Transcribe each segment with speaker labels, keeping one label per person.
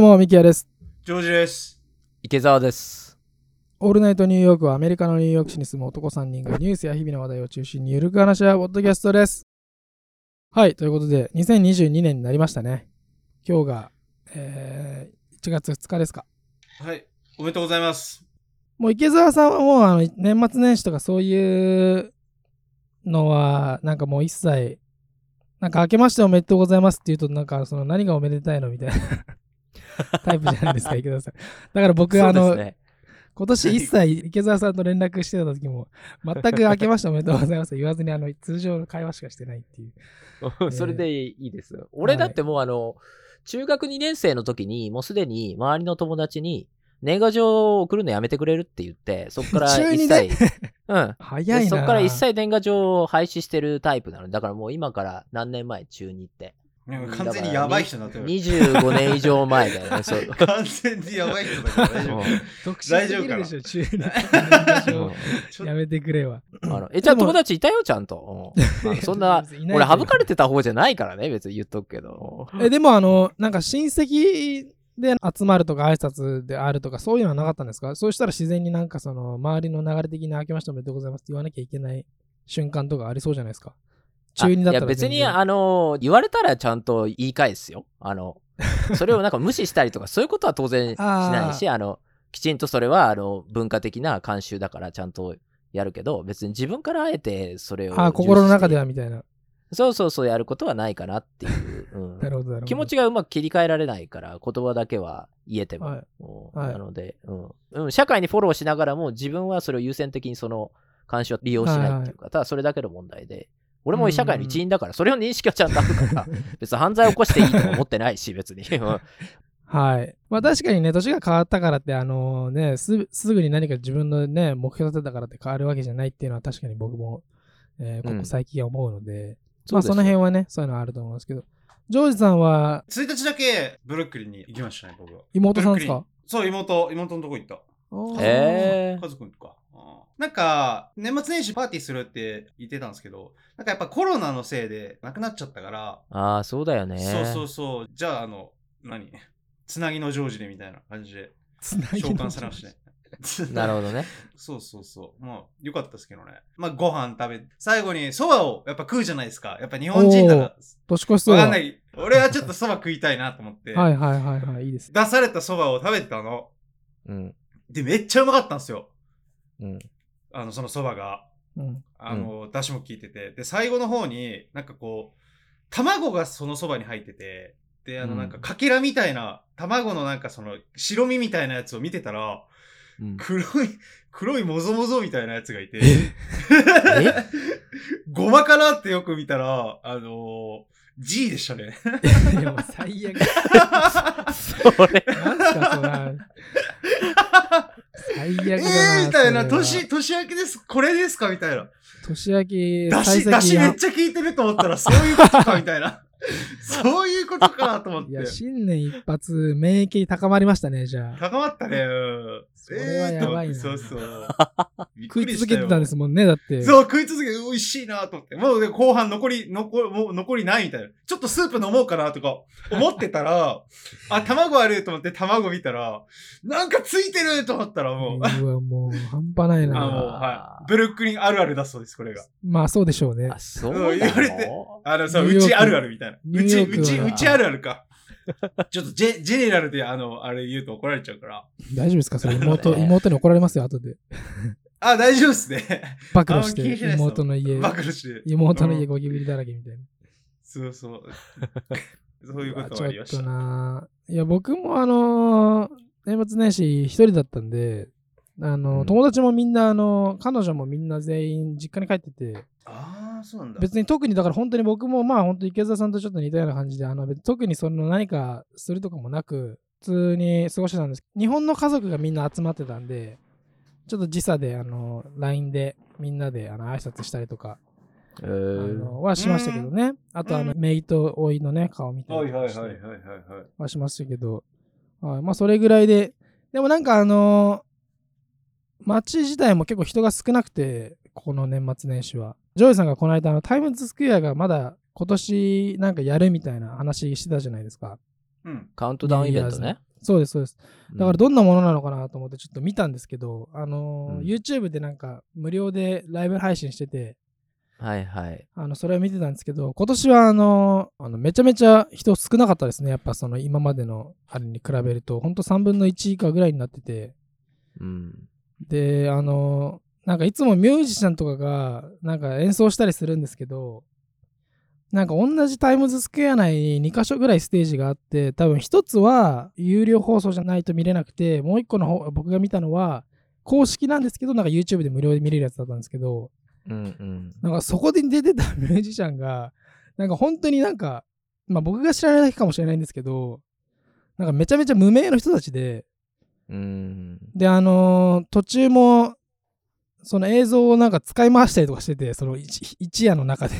Speaker 1: も、ミキヤです。
Speaker 2: ジョージです。
Speaker 3: 池澤です。
Speaker 1: オールナイトニューヨークはアメリカのニューヨーク市に住む男3人がニュースや日々の話題を中心にゆるく話し合うポッドキャストです。はい、ということで、2022年になりましたね。今日が、えー1月2日ですか。
Speaker 2: はい。おめでとうございます。
Speaker 1: もう池澤さんはもうあの年末年始とかそういうのはなんかもう一切なんか明けましておめでとうございますって言うとなんかその何がおめでたいのみたいな タイプじゃないですか池澤さんだから僕あ
Speaker 3: そう
Speaker 1: の、
Speaker 3: ですね。
Speaker 1: 今年一切池澤さんと連絡してた時も全く明けましておめでとうございますって言わずにあの通常の会話しかしてないっていう
Speaker 3: それでいいです。俺だってもうあの、中学2年生の時に、もうすでに周りの友達に、年賀状を送るのやめてくれるって言って、そっから
Speaker 1: 中二
Speaker 3: 一
Speaker 1: で
Speaker 3: 切、う ん。
Speaker 1: 早い
Speaker 3: で
Speaker 1: な
Speaker 3: そっから一切年賀状を廃止してるタイプなので、だからもう今から何年前、中2って。
Speaker 2: なんか完全にやばい人になってる。
Speaker 3: 25年以上前だよ ね。そう。
Speaker 2: 完全にやばい人だから大丈夫。
Speaker 1: 独身すぎるでしょ中年 の
Speaker 2: ち
Speaker 1: 年
Speaker 2: ょ
Speaker 1: をやめてくれは
Speaker 3: あのえ、じゃあ
Speaker 1: でも
Speaker 3: 友 達いたよ、ちゃんと。うんまあそんな、
Speaker 1: いいけど
Speaker 3: 俺省かれてた方じゃないからね、別に言っとくけど。
Speaker 1: えでもあのなんか親戚で集まるとか挨拶であるとかそういうのはなかったんですかそうしたら自然になんかその周りの流れ的に明けましておめでとうございますって言わなきゃいけない瞬間とかありそうじゃないですか中二だった
Speaker 3: いや
Speaker 1: ら
Speaker 3: 別に
Speaker 1: 全然
Speaker 3: あの言われたらちゃんと言い返すよ あのそれをなんか無視したりとかそういうことは当然しないしあのきちんとそれはあの文化的な慣習だからちゃんとやるけど別に自分からあえてそれを
Speaker 1: あー
Speaker 3: 重視して
Speaker 1: 心の中ではみたいな
Speaker 3: そうそうそうやることはないかなっていう、うん
Speaker 1: なるほどなるほど
Speaker 3: 気持ちがうまく切り替えられないから言葉だけは言えても、
Speaker 1: はい
Speaker 3: うん
Speaker 1: はい
Speaker 3: なので、うんうん、社会にフォローしながらも自分はそれを優先的にその監視を利用しないっていうか、ただそれだけの問題で俺も社会の一員だからそれの認識はちゃんとあるから別に犯罪を起こしていいとも思ってないし別に、うん
Speaker 1: はいまあ確かにね年が変わったからってあのねすすぐに何か自分のね目標立てたからって変わるわけじゃないっていうのは確かに僕も、えーこ
Speaker 3: う
Speaker 1: こ
Speaker 3: ん
Speaker 1: 最近は思うので、
Speaker 3: そ
Speaker 1: ま
Speaker 3: う
Speaker 1: あ
Speaker 3: です
Speaker 1: その辺はねそういうのはあると思うんですけどジョージさんは
Speaker 2: 1日だけブルックリンに行きましたね、僕は。
Speaker 1: 妹さんです
Speaker 2: ブルッ
Speaker 1: か
Speaker 2: クリンそう、妹、妹のとこ行った。
Speaker 1: おー
Speaker 3: え
Speaker 2: 家族のとこか。うんなんか、年末年始パーティーするって言ってたんですけど、なんかやっぱコロナのせいでなくなっちゃったから、
Speaker 3: ー、ああそうだよね
Speaker 2: そうそうそう、じゃあ、あの、何つなぎのジョージでみたいな感じで
Speaker 1: つなぎ
Speaker 2: 召喚されましたね。
Speaker 3: なるほどね
Speaker 2: そうそうそう。まあ、よかったですけどね。まあ、ご飯食べ、最後に蕎麦をやっぱ食うじゃないですか。やっぱ日本人なら、わ
Speaker 1: 年越しそば。
Speaker 2: かんない。俺はちょっと蕎麦食いたいなと思って、
Speaker 1: はいはいはいはい、いいです。
Speaker 2: 出された蕎麦を食べてたの。
Speaker 3: うん
Speaker 2: で、めっちゃうまかったんですよ。
Speaker 3: うん
Speaker 2: あの、その蕎麦が。
Speaker 1: うん、
Speaker 2: あの、出汁も効いてて。で、最後の方に、なんかこう、卵がその蕎麦に入ってて、で、あの、
Speaker 3: うん
Speaker 2: なんか、かけらみたいな、卵のなんかその、白身みたいなやつを見てたら、
Speaker 3: うん
Speaker 2: 黒い、黒いもぞもぞみたいなやつがいて、
Speaker 3: え
Speaker 2: ごまかなってよく見たら、あのー、G でした ね。
Speaker 1: いやもう最悪。
Speaker 3: それ
Speaker 1: なんすかそら。最悪だ
Speaker 2: え
Speaker 1: な。
Speaker 2: ーみたいな、
Speaker 1: それは
Speaker 2: 年、年明けです、これですかみたいな。
Speaker 1: 年明け、
Speaker 2: だし、だ
Speaker 1: 幸
Speaker 2: し
Speaker 1: 先
Speaker 2: めっちゃ効いてると思ったら、そういうことか、みた いな。そういうことか、と思っ
Speaker 1: いや、
Speaker 2: て。
Speaker 1: 新年一発、免疫高まりましたね、じゃあ。
Speaker 2: 高まったね。うん
Speaker 1: それはやばいな
Speaker 2: えーと思って そうそう。びっ
Speaker 1: 食
Speaker 2: く
Speaker 1: い
Speaker 2: り
Speaker 1: 続
Speaker 2: し
Speaker 1: け
Speaker 2: よ
Speaker 1: てたんですもんね、だって。
Speaker 2: そう、食い続けて、美味しいなと思って。もうね後半残り、残り、もう残りないみたいな。ちょっとスープ飲もうかなとか思って たら、あ、卵あると思って卵見たら、なんかついてると思ったらもう、あ、
Speaker 1: うわ、もう、半端ない
Speaker 3: ん
Speaker 2: もう、
Speaker 1: な。
Speaker 2: はい。ブルックリンあるあるだそうです、これが。
Speaker 1: まあ、そうでしょうね
Speaker 3: あ。そう
Speaker 2: うん
Speaker 3: なの
Speaker 2: 言われてあの、そう、
Speaker 1: ニュー
Speaker 2: う
Speaker 1: ヨーク
Speaker 2: ちあるあるみたいな。う
Speaker 1: ニュー
Speaker 2: ち、
Speaker 1: ヨーク
Speaker 2: うち、
Speaker 1: は
Speaker 2: うちあるあるか。 ちょっとジェ、ジェネラルで、あの、あれ言うと怒られちゃうから。
Speaker 1: 大丈夫ですかそれ、
Speaker 3: そう
Speaker 1: 妹、
Speaker 3: だね
Speaker 1: 妹に怒られますよ、後で。
Speaker 2: あ、大丈夫っす ね。
Speaker 1: 暴露し
Speaker 2: あんま気にしない
Speaker 1: て、
Speaker 2: です
Speaker 1: 妹の 家、
Speaker 2: 暴露して。
Speaker 1: 妹の
Speaker 2: う
Speaker 1: 家
Speaker 2: ん
Speaker 1: ゴキブリだらけみたいな。
Speaker 2: そう そう。そういうこと
Speaker 1: う
Speaker 2: は
Speaker 1: わ
Speaker 2: ありま
Speaker 1: ちょ
Speaker 2: し
Speaker 1: っと
Speaker 2: た。
Speaker 1: なぁいや僕もあのー年末年始一人だったんであのー、
Speaker 3: うん
Speaker 1: 友達もみんなあのー彼女もみんな全員実家に帰ってて
Speaker 2: ああ、そうなんだ。
Speaker 1: 別に特にだから本当に僕もまあ本当池澤さんとちょっと似たような感じであの別に特にその何かするとかもなく普通に過ごしてたんです日本の家族がみんな集まってたんでちょっと時差であのー LINE でみんなであの挨拶したりとか
Speaker 3: え
Speaker 1: あ
Speaker 3: ー
Speaker 1: のはしましたけどねあとあの姪と甥いのね顔見て
Speaker 2: はいはいはいはいはいはい。
Speaker 1: はしましたけど、はい、まあそれぐらいで、でもなんかあのー街自体も結構人が少なくて、この年末年始は。ジョイさんがこの間、あのタイムズスクエアがまだ今年なんかやるみたいな話してたじゃないですか。
Speaker 2: うん。
Speaker 3: カウントダウンイベントね
Speaker 1: そうです、そうです。だからど
Speaker 3: うん
Speaker 1: なものなのかなと思ってちょっと見たんですけど、あのー
Speaker 3: うん
Speaker 1: YouTube でなんか無料でライブ配信してて、
Speaker 3: んはいはい。
Speaker 1: あのそれを見てたんですけど、今年はあのーあのめちゃめちゃ人少なかったですね。やっぱその今までのあれに比べると、ほんと3分の1以下ぐらいになってて、
Speaker 3: うん。
Speaker 1: で、あのーなんかいつもミュージシャンとかがなんか演奏したりするんですけど、なんか同じタイムズスクエア内に2箇所ぐらいステージがあって、多分一つは有料放送じゃないと見れなくて、もう一個の方僕が見たのは公式なんですけど、なんか YouTube で無料で見れるやつだったんですけど、
Speaker 3: うんうん。
Speaker 1: なんかそこで出てた ミュージシャンが、なんか本当になんか、まあ僕が知らないだけかもしれないんですけど、なんかめちゃめちゃ無名の人たちで、
Speaker 3: うん。
Speaker 1: で、あのー途中も、その映像をなんか使い回したりとかしてて、その一一夜の中で。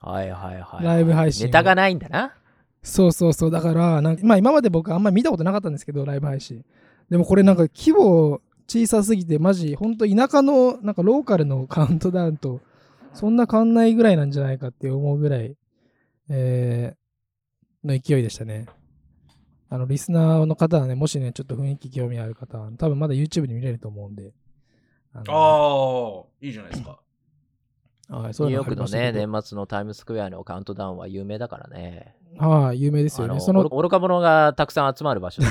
Speaker 3: はいはいはい。
Speaker 1: ライブ配信を
Speaker 3: ネタがないんだな。
Speaker 1: そうそうそう。だから、なんかまあ今まで僕あんまり見たことなかったんですけど、ライブ配信。でもこれなんか規模小さすぎて、マジ、ほんと田舎の、なんかローカルのカウントダウンと、そんな変わんないぐらいなんじゃないかって思うぐらい、えーの勢いでしたね。あの、リスナーの方はね、もしね、ちょっと雰囲気興味ある方は、多分まだ YouTube に見れると思うんで。あの
Speaker 2: ああ、いいじゃないです か。
Speaker 1: はい、そういう
Speaker 3: ニューヨ
Speaker 1: の
Speaker 3: ークの
Speaker 1: ありま
Speaker 3: ね、
Speaker 1: したけど
Speaker 3: 年末のタイムスクエアのカウントダウンは有名だからね。
Speaker 1: はい、有名です
Speaker 3: あ
Speaker 1: よ
Speaker 3: の
Speaker 1: ね。その
Speaker 3: 愚愚か者がたくさん集まる場所で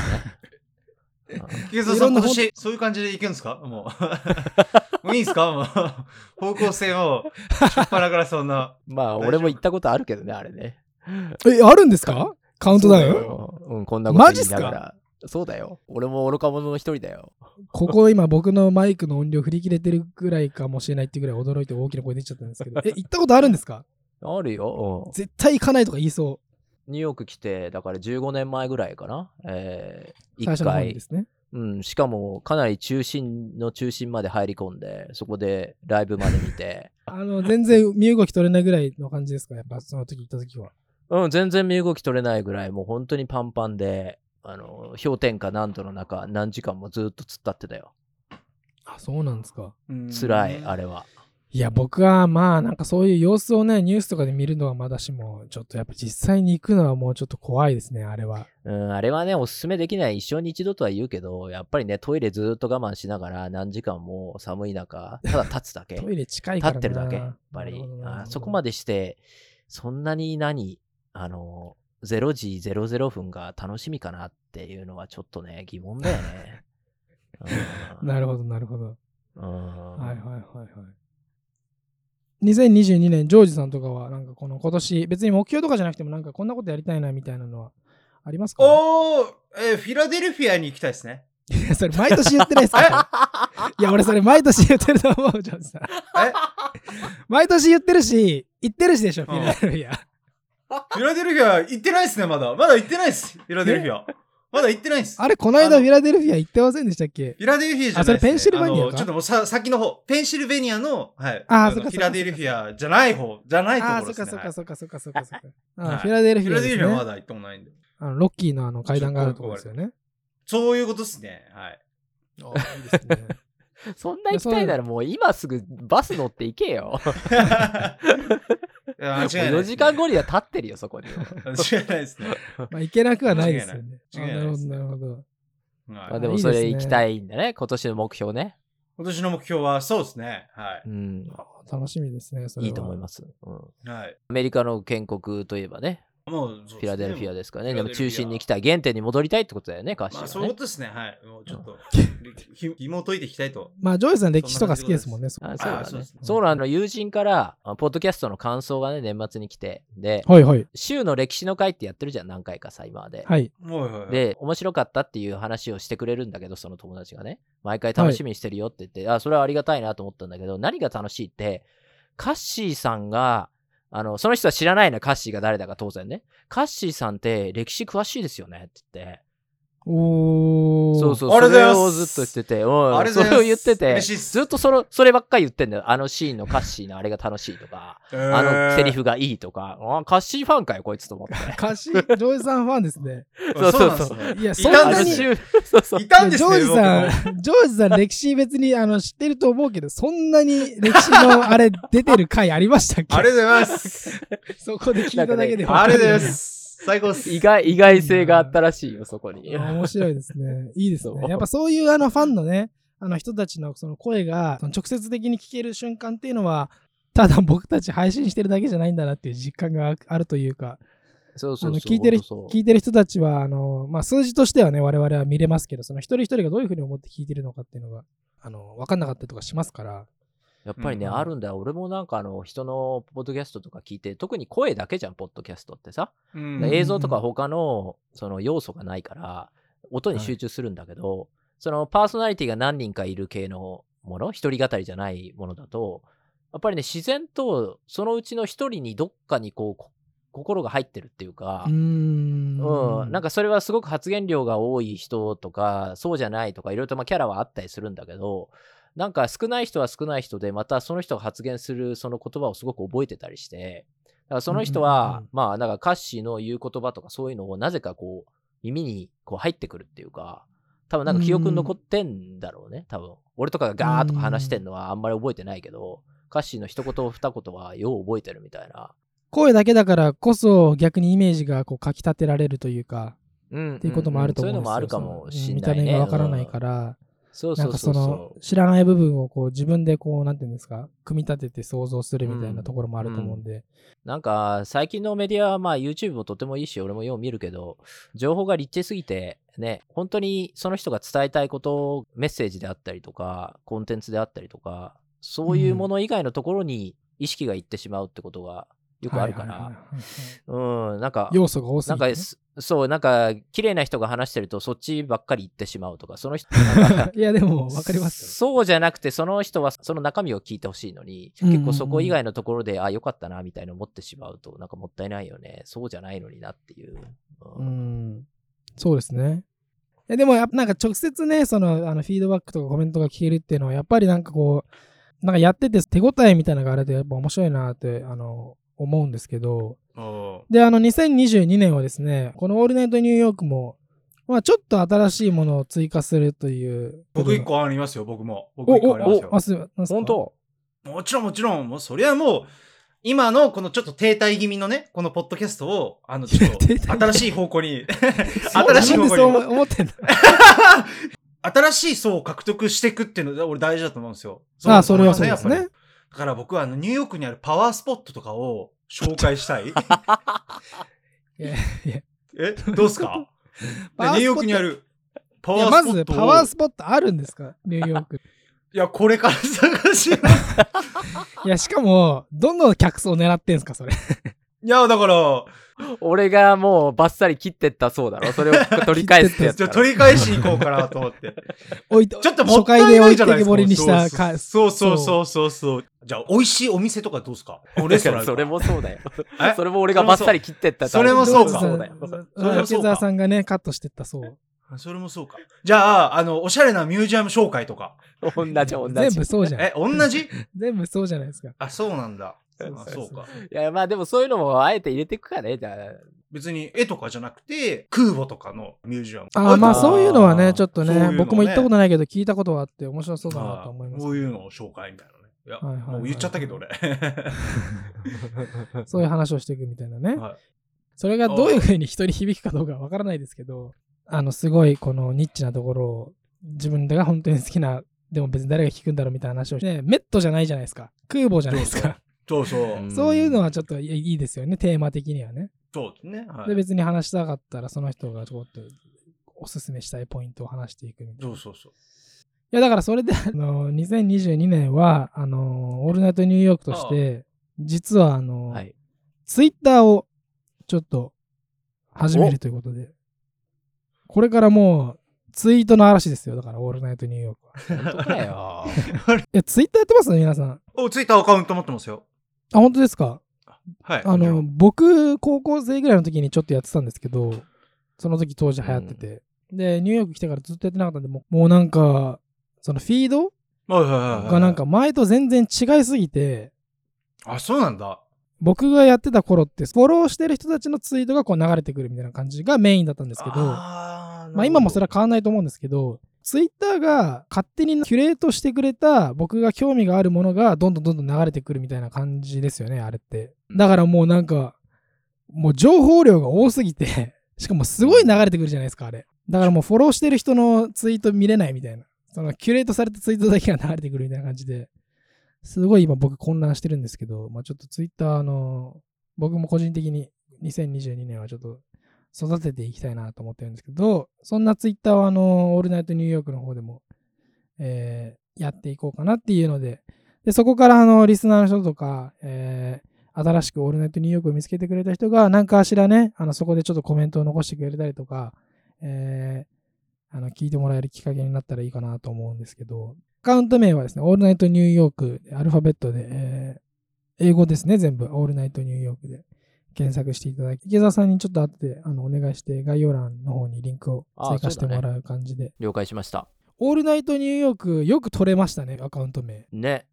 Speaker 3: すね。
Speaker 2: 池澤
Speaker 1: い
Speaker 2: さ
Speaker 1: ろ
Speaker 2: ん、
Speaker 1: んな
Speaker 2: 今年、そういう感じで行くんですかも う。もういいんですかもう。方向性を、しょっぱなからそんな。
Speaker 3: うんまあ、
Speaker 2: 大丈夫
Speaker 3: 俺も行ったことあるけどね、あれね。
Speaker 1: え、あるんですかカウントダウ
Speaker 2: そうだ
Speaker 1: ン
Speaker 2: よ
Speaker 3: うん、こんなこと
Speaker 1: マジっ
Speaker 3: 言い
Speaker 1: すか
Speaker 3: ながら。そうだよ。俺も愚か者の一人だよ。
Speaker 1: ここ今僕のマイクの音量振り切れてるぐらいかもしれないっていうぐらい驚いて大きな声出ちゃったんですけ ど。え、行ったことあるんですか
Speaker 3: あるよ。うん
Speaker 1: 絶対行かないとか言いそ
Speaker 3: ニューヨーク来て、だから15年前ぐらいかな。え
Speaker 1: う。最
Speaker 3: ー、一
Speaker 1: 初の方に
Speaker 3: 回
Speaker 1: で、すね。
Speaker 3: うん、しかもかなり中心の中心まで入り込んで、そこでライブまで見て、
Speaker 1: あの、全然身動き取れないぐらいの感じですかやっぱその時行った時は。
Speaker 3: うん、全然身動き取れないぐらい、もう本当にパンパンで、あの、氷点下何度の中、何時間もずっと突っ立ってたよ。
Speaker 1: あ、 そうなんですか。
Speaker 3: 辛い、あ
Speaker 2: れ。
Speaker 3: れは。
Speaker 1: いや、僕はまあなんかそういう様子をね、ニュースとかで見るのはまだしも、ちょっとやっぱ実際に行くのはもうちょっと怖いですね、あれは。
Speaker 3: うん、あれはね、おすすめできない、一生に一度とは言うけど、やっぱりね、トイレずっと我慢しながら、何時間も寒い中、ただ立つだけ。
Speaker 1: トイレ近いか
Speaker 3: 立
Speaker 1: ら
Speaker 3: っ
Speaker 1: な
Speaker 3: てるだけ、やっぱり
Speaker 1: なるほど。な
Speaker 3: あそこま
Speaker 1: で。
Speaker 3: でして、そんなに何、あの、0時00分が楽しみかなっていうのはちょっとね、疑問だ よね。うん
Speaker 1: なるほど、なるほど。
Speaker 3: う
Speaker 1: は
Speaker 3: ん
Speaker 1: いはいはいはい。2022年、ジョージさんとかは、なんかこの今年、別に目標とかじゃなくても、なんかこんなことやりたいなみたいなのはありますか
Speaker 2: おー、えーフィラデルフィアに行きたいですね。
Speaker 1: いやそれ毎年言ってないです かいや、俺それ毎年言ってると思う、ジョージさん。
Speaker 2: え
Speaker 1: 毎年言ってるし、言ってるしでしょ、
Speaker 2: ん
Speaker 1: フィラデルフィ ア。
Speaker 2: フィラデルフィア行ってないですね、まだ。まだ行ってないです。フィラデルフィア。まだ行ってないです。
Speaker 1: あれ、この間
Speaker 2: あの
Speaker 1: フィラデルフィア行ってませんでしたっけ
Speaker 2: フィラデルフィアじゃないです、ね。
Speaker 1: あそれペンシルバニアか
Speaker 2: あのちょっともうさ先の方。ペンシルベニアの、はい。
Speaker 1: あー
Speaker 2: の
Speaker 1: そっかそっか
Speaker 2: フィラデルフィアじゃない方、じゃないとこ
Speaker 1: ああ
Speaker 2: ろ
Speaker 1: ー、そ
Speaker 2: で
Speaker 1: っ
Speaker 2: すね
Speaker 1: か。そっ
Speaker 2: は
Speaker 1: か
Speaker 2: い
Speaker 1: そっかそっかそっかそっか。
Speaker 2: は
Speaker 1: あ
Speaker 2: い
Speaker 1: フィラデルフ
Speaker 2: フ
Speaker 1: ィ
Speaker 2: ィ
Speaker 1: ア
Speaker 2: ラ
Speaker 1: で
Speaker 2: デル
Speaker 1: す
Speaker 2: フィアはま
Speaker 1: ね。
Speaker 2: だ行ったことないんで。
Speaker 1: あのロッキーのあの階段があるところですよね。
Speaker 2: そういうことですね。 はい。
Speaker 1: あいいですね。
Speaker 3: そんな行きたいならもう今すぐバス乗って行けよ。
Speaker 2: いや 間違いないですね、
Speaker 3: 4時間後には立ってるよ、そ こに。
Speaker 2: 間違いないですね。
Speaker 1: まあ、行けなくはないですよね。あ
Speaker 2: 間違い
Speaker 1: なる
Speaker 2: ない間違いないで
Speaker 1: ほど、
Speaker 2: す
Speaker 1: なるほど。
Speaker 3: まあ
Speaker 2: はい
Speaker 3: で
Speaker 1: い
Speaker 3: も
Speaker 1: い
Speaker 3: そ
Speaker 1: で
Speaker 3: れ
Speaker 1: すね
Speaker 3: 行きたいんだね、今年の目標ね。
Speaker 2: 今年の目標はそうですね。は
Speaker 3: うん、
Speaker 1: 楽しみですね、それは。
Speaker 3: いいと思います、うん。
Speaker 2: い。はい。
Speaker 3: アメリカの建国といえばね、
Speaker 2: もう、そうですね
Speaker 3: フィラデルフィアですから
Speaker 2: フ
Speaker 3: ね、
Speaker 2: ィ
Speaker 3: で
Speaker 2: ラ
Speaker 3: も
Speaker 2: デルフィア
Speaker 3: 中心に行きたい、原点に戻りたいってことだよね、歌詞は
Speaker 2: まあ、
Speaker 3: ね。
Speaker 2: そういうことですね。はい。もうちょ っと、ひ紐解いていきたいと。
Speaker 1: まあ、ジョージさん歴史とか好きですもんね。
Speaker 3: あ
Speaker 1: そ
Speaker 3: そう
Speaker 2: あ
Speaker 3: だ
Speaker 2: そうで
Speaker 3: ね
Speaker 2: すね。
Speaker 3: そうなの、友人から、あポッドキャストの感想がね、年末に来て、で、
Speaker 1: うはいはい。
Speaker 3: 週の歴史の会ってやってるじゃん、何回かさ、今まで。
Speaker 1: はい。
Speaker 2: もう、はいはい
Speaker 3: で、面白かったっていう話をしてくれるんだけど、その友達がね、毎回楽しみにしてるよって言って、あ、それはありがたいなと思ったんだけど、何が楽しいって、カッシーさんが、あの、その人は知らないな、カッシーが誰だか当然ね。カッシーさんって歴史詳しいですよねって言って、
Speaker 1: おー。
Speaker 3: そうそう、
Speaker 2: あ
Speaker 3: そ
Speaker 2: りがとうござ
Speaker 3: れ
Speaker 2: います
Speaker 3: をずっと言ってて、うん
Speaker 2: ありがと
Speaker 3: そ
Speaker 2: ご
Speaker 3: う
Speaker 2: ざいます
Speaker 3: れを言ってて、
Speaker 2: 嬉しいっす
Speaker 3: ずっとそれそればっかり言ってんだよ。あのシーンのカッシーのあれが楽しいとか、あのセリ。
Speaker 2: えー
Speaker 3: フがいいとか、あカッシーファンかよ、こいつと思って。
Speaker 1: 歌詞、ジョージさんファンですね。
Speaker 3: そうそうそう
Speaker 2: そうなんです
Speaker 1: いや、
Speaker 2: い
Speaker 1: そ
Speaker 2: た
Speaker 1: ん
Speaker 2: ん
Speaker 3: あ
Speaker 1: な
Speaker 3: の
Speaker 1: に、
Speaker 2: です
Speaker 1: ジ
Speaker 2: よ
Speaker 1: ョ
Speaker 3: 週そうそう
Speaker 2: ね。いたん
Speaker 1: ージ
Speaker 2: ですね。僕も
Speaker 1: さん、ジョージさん歴史別にあの知ってると思うけど、そんなに歴史のあれ出てる回ありましたっけ
Speaker 2: ありがとうございます。
Speaker 1: そこで聞いただけで
Speaker 3: なんかね
Speaker 2: ありがとうございま
Speaker 1: わかるよね
Speaker 2: す。最高っす。
Speaker 3: 意外、意外性があったらしいよ、そこに。
Speaker 1: 面白いですね。いいです
Speaker 3: そ
Speaker 1: ね。
Speaker 3: う
Speaker 1: やっぱそういうあのファンのね、あの人たちのその声がその直接的に聞ける瞬間っていうのは、ただ僕たち配信してるだけじゃないんだなっていう実感があるというか、
Speaker 3: そう
Speaker 1: あ
Speaker 3: そう
Speaker 1: の
Speaker 3: そう。
Speaker 1: 聞いてる
Speaker 3: 本当そう
Speaker 1: 聞いてる人たちはあの、まあ、数字としてはね、我々は見れますけど、その一人一人がどういうふうに思って聞いてるのかっていうのが、あの分かんなかったりとかしますから。
Speaker 3: やっぱりね、
Speaker 2: うんうん
Speaker 3: あるんだよ。俺もなんかあの、人のポッドキャストとか聞いて、特に声だけじゃん、ポッドキャストってさ。
Speaker 2: う
Speaker 3: で
Speaker 2: ん
Speaker 1: え
Speaker 3: 映像とか他の、その要素がないから、音に集中するんだけど、そのパーソナリティが何人かいる系のもの、一人語りじゃないものだと、やっぱりね、自然と、そのうちの一人にどっかにこうこ、心が入ってるっていうか、
Speaker 1: ん
Speaker 3: うん、な
Speaker 1: か、
Speaker 3: んかそれはすごく発言量が多い人とかそうじゃないとかいろいろとまあキャラはあったりするんだけどなんか少ない人は少ない人でまたその人が発言するその言葉をすごく覚えてたりしてだからその人
Speaker 1: うんうん
Speaker 3: は、
Speaker 1: うん
Speaker 3: まあなんか歌詞の言う言葉とかそういうのをなぜかこう耳にこう入ってくるっていうか多分なんか記憶に残ってんだろうね多分俺とかがガーッとか話してんのはあんまり覚えてないけど歌詞の一言二言はよう覚えてるみたいな。
Speaker 1: 声だけだからこそ逆にイメージがこうかき立てられるというか、
Speaker 3: っ
Speaker 1: っていうこともあると思うん
Speaker 3: そういうの
Speaker 1: ですよ
Speaker 3: もあるかもし
Speaker 1: うん見
Speaker 3: な
Speaker 1: た
Speaker 3: いね。。
Speaker 1: 目がわからないからら、
Speaker 3: そう
Speaker 1: な
Speaker 3: そ
Speaker 1: ん
Speaker 3: う
Speaker 1: か
Speaker 3: そ
Speaker 1: そうの
Speaker 3: そう。
Speaker 1: 知らない部分をこう自分でこうなんていうんですか組み立てて想像するみたいなところもあると思うんで、
Speaker 3: なんか最近のメディアはまあ YouTube もとてもいいし俺もよう見るけど情報がリッチすぎてね本当にその人が伝えたいことメッセージであったりとかコンテンツであったりとかそういうもの以外のところに意識がいってしまうってことがよくあるか
Speaker 1: はいはい
Speaker 3: ら
Speaker 1: はいはい
Speaker 3: うんなんか
Speaker 1: 要素が多すぎ
Speaker 3: なん
Speaker 1: てね、
Speaker 3: かすそうなんか綺麗な人が話してるとそっちばっかり行ってしまうとかそ の人なんか
Speaker 1: いやでも分かりますよ
Speaker 3: そうじゃなくて、その人はその中身を聞いてほしいのに、
Speaker 1: うんうんうん
Speaker 3: 結構そこ以外のところで、あ、よかったな、みたいな思ってしまうと、なんかもったいないよね。そうじゃないのになっていう。
Speaker 1: う
Speaker 3: うん
Speaker 1: んそうですね。えでもやっぱなんか直接ね、そのあのフィードバックとかコメントが聞けるっていうのは、やっぱりなんかこう、なんかやってて手応えみたいなのがあれでやっぱ面白いなってあの思うんですけど、
Speaker 2: お
Speaker 1: で、あの2022年はですね、このオールナイトニューヨークも、まあちょっと新しいものを追加するという。
Speaker 2: 僕一。個ありますよ、僕も。僕一個ありますよ
Speaker 1: あ、。すなんですか
Speaker 3: 本当
Speaker 2: もちろんもちろん、もうそれはもう、今のこのちょっと停滞気味のね、このポッドキャストを、あの、ちょっと
Speaker 1: 停滞
Speaker 2: 新しい方向に、
Speaker 1: そう
Speaker 2: 新しい
Speaker 1: なんで
Speaker 2: 方
Speaker 1: そう
Speaker 2: 向に、
Speaker 1: 思思ってんの
Speaker 2: 新しい層を獲得していくっていうのは俺大事だと思うんですよ。
Speaker 1: ああ、それはそうです
Speaker 2: やっ
Speaker 1: ね
Speaker 2: ぱり。だから僕はあのニューヨークにあるパワースポットとかを紹介し たい。
Speaker 1: いや
Speaker 2: え、どう すかでニューヨークにあるパ
Speaker 1: い
Speaker 2: ワ
Speaker 1: や
Speaker 2: ー
Speaker 1: ま
Speaker 2: スポッ
Speaker 1: ず
Speaker 2: トを。
Speaker 1: パワースポットあるんですかニューヨーク。
Speaker 2: いや、これから探します。
Speaker 1: いや、しかも、どの客層を狙ってんすか、それ。
Speaker 2: いや、だから、
Speaker 3: 俺がもうバッサリ切ってったそうだろ。それを取り返すってやつ
Speaker 2: じ
Speaker 3: だ
Speaker 2: ゃあ
Speaker 3: ろ。
Speaker 2: 取り返しに行こうかなと思って。
Speaker 1: 置いて
Speaker 2: ちょっとも
Speaker 1: 初
Speaker 2: ったい
Speaker 1: 回で
Speaker 2: な
Speaker 1: 置
Speaker 2: い
Speaker 1: いて
Speaker 2: じゃないで
Speaker 1: け
Speaker 2: すか。
Speaker 1: ぼりにしたか。
Speaker 2: そうそうそうそうそうそう。じゃあ、美味しいお店とかどうすかレ
Speaker 3: だ
Speaker 2: スト
Speaker 3: か
Speaker 2: ラ
Speaker 3: ら
Speaker 2: ン
Speaker 3: それもそうだよ
Speaker 2: え。
Speaker 3: それも俺がバッサリ切ってったって
Speaker 2: それもそうか
Speaker 3: そうだよ。
Speaker 2: それもそうか
Speaker 1: 池澤さんがね、カットしてったそう。
Speaker 2: それもそうか。じゃあ、あの、おしゃれなミュージアム紹介とか。
Speaker 3: 同じ同じ。
Speaker 1: 全部そうじゃん。
Speaker 2: え、同じ
Speaker 1: 全部そうじゃないですか。
Speaker 2: あ、そうなんだ。
Speaker 1: そ
Speaker 2: あそうか。
Speaker 3: いや、まあでもそういうのもあえて入れていくかね。じゃあ、
Speaker 2: 別に絵とかじゃなくて、空母とかのミュージアム。
Speaker 1: ああ、まあそういうのはね、ちょっと
Speaker 2: そういうの
Speaker 1: ね、
Speaker 2: ね
Speaker 1: 僕も行ったことないけど、聞いたことはあって、面白そうだなと思いま
Speaker 2: こ
Speaker 1: す。
Speaker 2: ういうのを紹介みたいなね。いや、
Speaker 1: はいはいはい
Speaker 2: もう言っちゃったけど俺。
Speaker 1: そういう話をしていくみたいなね。
Speaker 2: はい
Speaker 1: それがどういうふうに人に響くかどうかわからないですけど、あの、すごいこのニッチなところを、自分が本当に好きな、でも別に誰が聞くんだろうみたいな話をして、メットじゃないじゃないですか。空母じゃないですか。
Speaker 2: そうそう。
Speaker 3: ん
Speaker 1: そういうのはちょっといいいですよね、テーマ的にはね。
Speaker 2: そうですね。は
Speaker 1: で、
Speaker 2: い。
Speaker 1: 別に話したかったら、その人がちょっとおすすめしたいポイントを話していくみたいな。い
Speaker 2: そうそうそう。
Speaker 1: や、だからそれで、あの、2022年は、あの、オールナイトニューヨークとして、実は、あの、
Speaker 3: はい。
Speaker 1: ツイッターをちょっと始めるということで、これからもう、ツイートの嵐ですよ、だから、オールナイトニューヨークは。
Speaker 3: 本当かよ。
Speaker 1: え、ツイッターやってます皆さん。あ、
Speaker 2: お、ツイッターアカウント持ってますよ。
Speaker 1: 本当ですか
Speaker 2: はい。
Speaker 1: あ
Speaker 2: もちろ
Speaker 1: の、
Speaker 2: ん、
Speaker 1: 僕、高校生ぐらいの時にちょっとやってたんですけど、その時当時流行ってて。で、ニューヨーク来てからずっとやってなかったんで、もうもうなんか、そのフィード
Speaker 2: はいはいはいはい
Speaker 1: がなんか前と全然違いすぎて、
Speaker 2: あ、そうなんだ。
Speaker 1: 僕がやってた頃って、フォローしてる人たちのツイートがこう流れてくるみたいな感じがメインだったんですけど、
Speaker 2: あーなるほど
Speaker 1: まあ今もそれは変わんないと思うんですけど、ツイッターが勝手にキュレートしてくれた僕が興味があるものがどんどんどんどん流れてくるみたいな感じですよね、あれって。だからもうなんか、もう情報量が多すぎて、 しかもすごい流れてくるじゃないですか、あれ。だからもうフォローしてる人のツイート見れないみたいな。そのキュレートされたツイートだけが流れてくるみたいな感じで、すごい今僕混乱してるんですけど、まあちょっとツイッターの、僕も個人的に2022年はちょっと育てていきたいなと思ってるんですけど、そんなツイッターはあの、オールナイトニューヨークの方でも、えーやっていこうかなっていうので、で、そこからあの、リスナーの人とか、えー新しくオールナイトニューヨークを見つけてくれた人が、なんかしらね、あの、そこでちょっとコメントを残してくれたりとか、えーあの、聞いてもらえるきっかけになったらいいかなと思うんですけど、アカウント名はですね、オールナイトニューヨーク、アルファベットで、えー英語ですね、全部、オールナイトニューヨークで検索していただき、池澤さんにちょっと後で、あの、お願いして、概要欄の方にリンクを追加してもらう感じで、
Speaker 3: 了解しました。
Speaker 1: オールナイトニューヨーク、よく取れましたね、アカウント名。
Speaker 3: ね。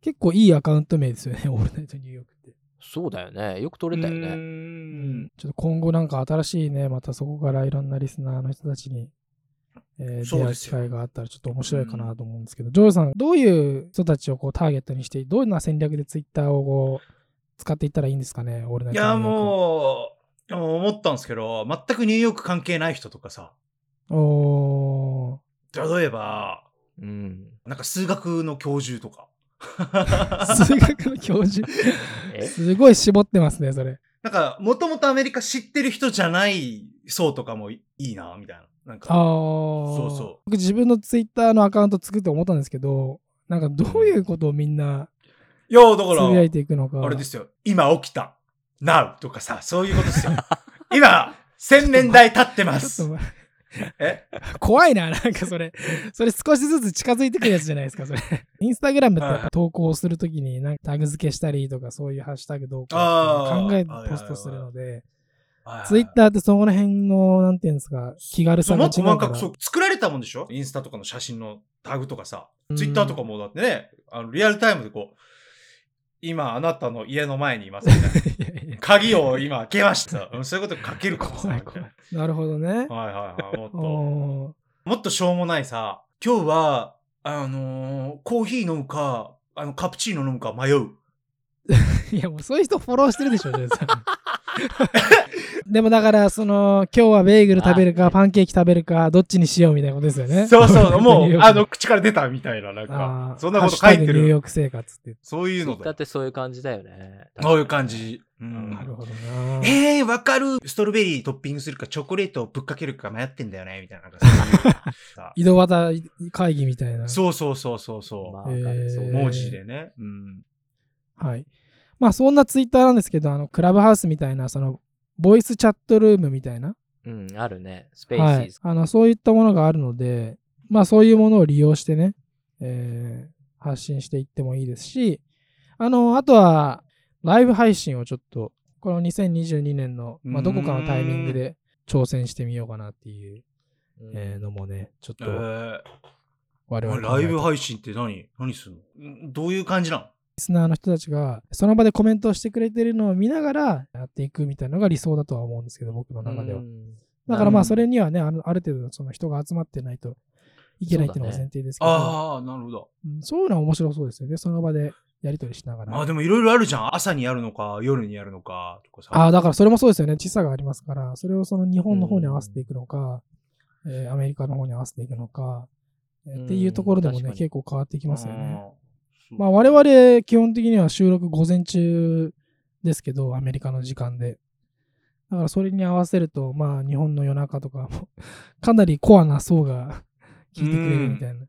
Speaker 1: 結構いいアカウント名ですよね、 オールナイトニューヨークって。
Speaker 3: そうだよね。よく撮れたよ
Speaker 2: うー
Speaker 3: ね。
Speaker 2: ん
Speaker 1: ちょっと今後なんか新しいね、またそこからいろんなリスナーの人たちに、えー
Speaker 2: そ
Speaker 1: 出会
Speaker 2: う
Speaker 1: う
Speaker 2: です
Speaker 1: 機
Speaker 2: よ
Speaker 1: 会があったらちょっと面白いかなと思うんですけど、ジョージさん、どういう人たちをこうターゲットにして、どんな戦略でツイッターをこう使っていったらいいんですかね、オールナイ
Speaker 2: い
Speaker 1: トニュー
Speaker 2: や、
Speaker 1: ヨーク
Speaker 2: もう、でも思ったんですけど、全くニューヨーク関係ない人とかさ、
Speaker 1: おー
Speaker 2: 例えば、
Speaker 3: うん。
Speaker 2: なんか数学の教授とか。
Speaker 1: 数学の教授。
Speaker 3: え
Speaker 1: すごい絞ってますね、それ。
Speaker 2: なんか、もともとアメリカ知ってる人じゃない層とかもいいいな、みたい
Speaker 1: あ
Speaker 2: な。なん
Speaker 1: あ。
Speaker 2: か、そうそう
Speaker 1: 僕自分のツイッターのアカウント作って思ったんですけど、なんかどういうことをみんない
Speaker 2: や、だ
Speaker 1: つ
Speaker 2: か
Speaker 1: ぶやいて
Speaker 2: ら、
Speaker 1: いくのか。
Speaker 2: あれですよ、今起きた、now とかさ、そういうことですよ。今、千年代経ってま
Speaker 1: ちょっ
Speaker 2: す
Speaker 1: と。待って
Speaker 2: え
Speaker 1: 怖いな、なんかそれ。 それ少しずつ近づいてくるやつじゃないですか、 それ。インスタグラムってやっぱ投稿するときに、なんかタグ付けしたりとか、そういうハッシュタグどうかっていうのを考えてポストするので、ツイッターってそこら辺の、なんていうんですか、気軽
Speaker 2: そ
Speaker 1: さが
Speaker 2: の
Speaker 1: 違
Speaker 2: 細
Speaker 1: うから。
Speaker 2: かくそう作られたもんでしょインスタとかの写真のタグとかさ
Speaker 1: うん、
Speaker 2: ツイッターとかもだってね、あのリアルタイムでこう、今あなたの家の前にいますみた いな
Speaker 1: いやいや
Speaker 2: 鍵を今開けました。うんそういうこと書けるかもさ。
Speaker 1: 怖い
Speaker 2: みたいな
Speaker 1: なるほどね。
Speaker 2: はいはいはい。もっと、
Speaker 1: おー
Speaker 2: もっとしょうもないさ、今日は、あのーコーヒー飲むか、あの、カプチーノ飲むか迷う。
Speaker 1: いや、もうそういう人フォローしてるでしょ、ジェ イさんでもだから、その、今日はベーグル食べるか、パンケーキ食べるか、どっちにしようみたいなことですよね。
Speaker 2: そうそう、も
Speaker 1: ニューヨー
Speaker 2: う、
Speaker 1: ク
Speaker 2: あの、口から出たみたいな、な
Speaker 1: あ
Speaker 2: んか、
Speaker 1: ー
Speaker 2: そんなこと
Speaker 1: ハ
Speaker 2: 書い
Speaker 1: ッシュ
Speaker 2: て
Speaker 1: タグニュー
Speaker 2: る。
Speaker 1: ヨーク生活って。
Speaker 2: そういう
Speaker 3: ツイ
Speaker 2: の
Speaker 3: ッター
Speaker 2: だ
Speaker 3: っ。てそういう感じだよね。
Speaker 2: そういう感じ。うん
Speaker 1: なるほどな。
Speaker 2: えー、わかるストロベリートッピングするか、チョコレートをぶっかけるか迷ってんだよね、みたいな。なんかそういう さ
Speaker 1: 井戸端会議みたいな。
Speaker 2: そうそうそうそうそ。
Speaker 3: ま
Speaker 1: えー
Speaker 3: あ、そうう
Speaker 2: 文字でね。うん。
Speaker 1: はい。まあ、そんなツイッターなんですけど、あの、クラブハウスみたいな、その、ボイスチャットルームみたいな、
Speaker 3: うん、あるね。スペ
Speaker 1: は
Speaker 3: ー
Speaker 1: い
Speaker 3: ス。。
Speaker 1: あの、そういったものがあるので、まあ、そういうものを利用してね、えー発信していってもいいですし、あの、あとは、ライブ配信をちょっと、この2022年の、まあ、どこかのタイミングで挑戦してみようかなっていう
Speaker 3: うん
Speaker 1: えーのもね、ちょっと
Speaker 2: えー、
Speaker 1: 我々考
Speaker 2: ラ
Speaker 1: え
Speaker 2: イ
Speaker 1: て
Speaker 2: ブ配信って何何するのんどういう感じな
Speaker 1: リスナーの人たちがその場でコメントをしてくれてるのを見ながらやっていくみたいなのが理想だとは思うんですけど、僕の中では
Speaker 3: う。ん
Speaker 1: だからまあ
Speaker 2: うん
Speaker 1: それにはね、あのある程度その人が集まってないといけないっていうのが前提ですけ
Speaker 2: の
Speaker 1: ど、
Speaker 2: ああ、なるほど。
Speaker 1: うんそういうのは面白そうですよね。その場でやり取りしなが
Speaker 2: まあ
Speaker 1: ら。
Speaker 2: でもいろいろあるじゃん。朝にやるのか、夜にやるのか、とかさ。
Speaker 1: ああ、だからそれもそうですよね。時差がありますから、それをその日本の方に合わせていくのか、えーアメリカの方に合わせていくのか、えーっていうところでも
Speaker 3: うん
Speaker 1: ね、
Speaker 3: 確か
Speaker 1: 結
Speaker 3: に
Speaker 1: 構変わってき
Speaker 2: あー、
Speaker 1: ますよね。
Speaker 2: そう
Speaker 1: まあ我々基本的には収録午前中ですけど、アメリカの時間で。だからそれに合わせると、まあ日本の夜中とかも、かなりコアな層が聞いてくれるみたいな。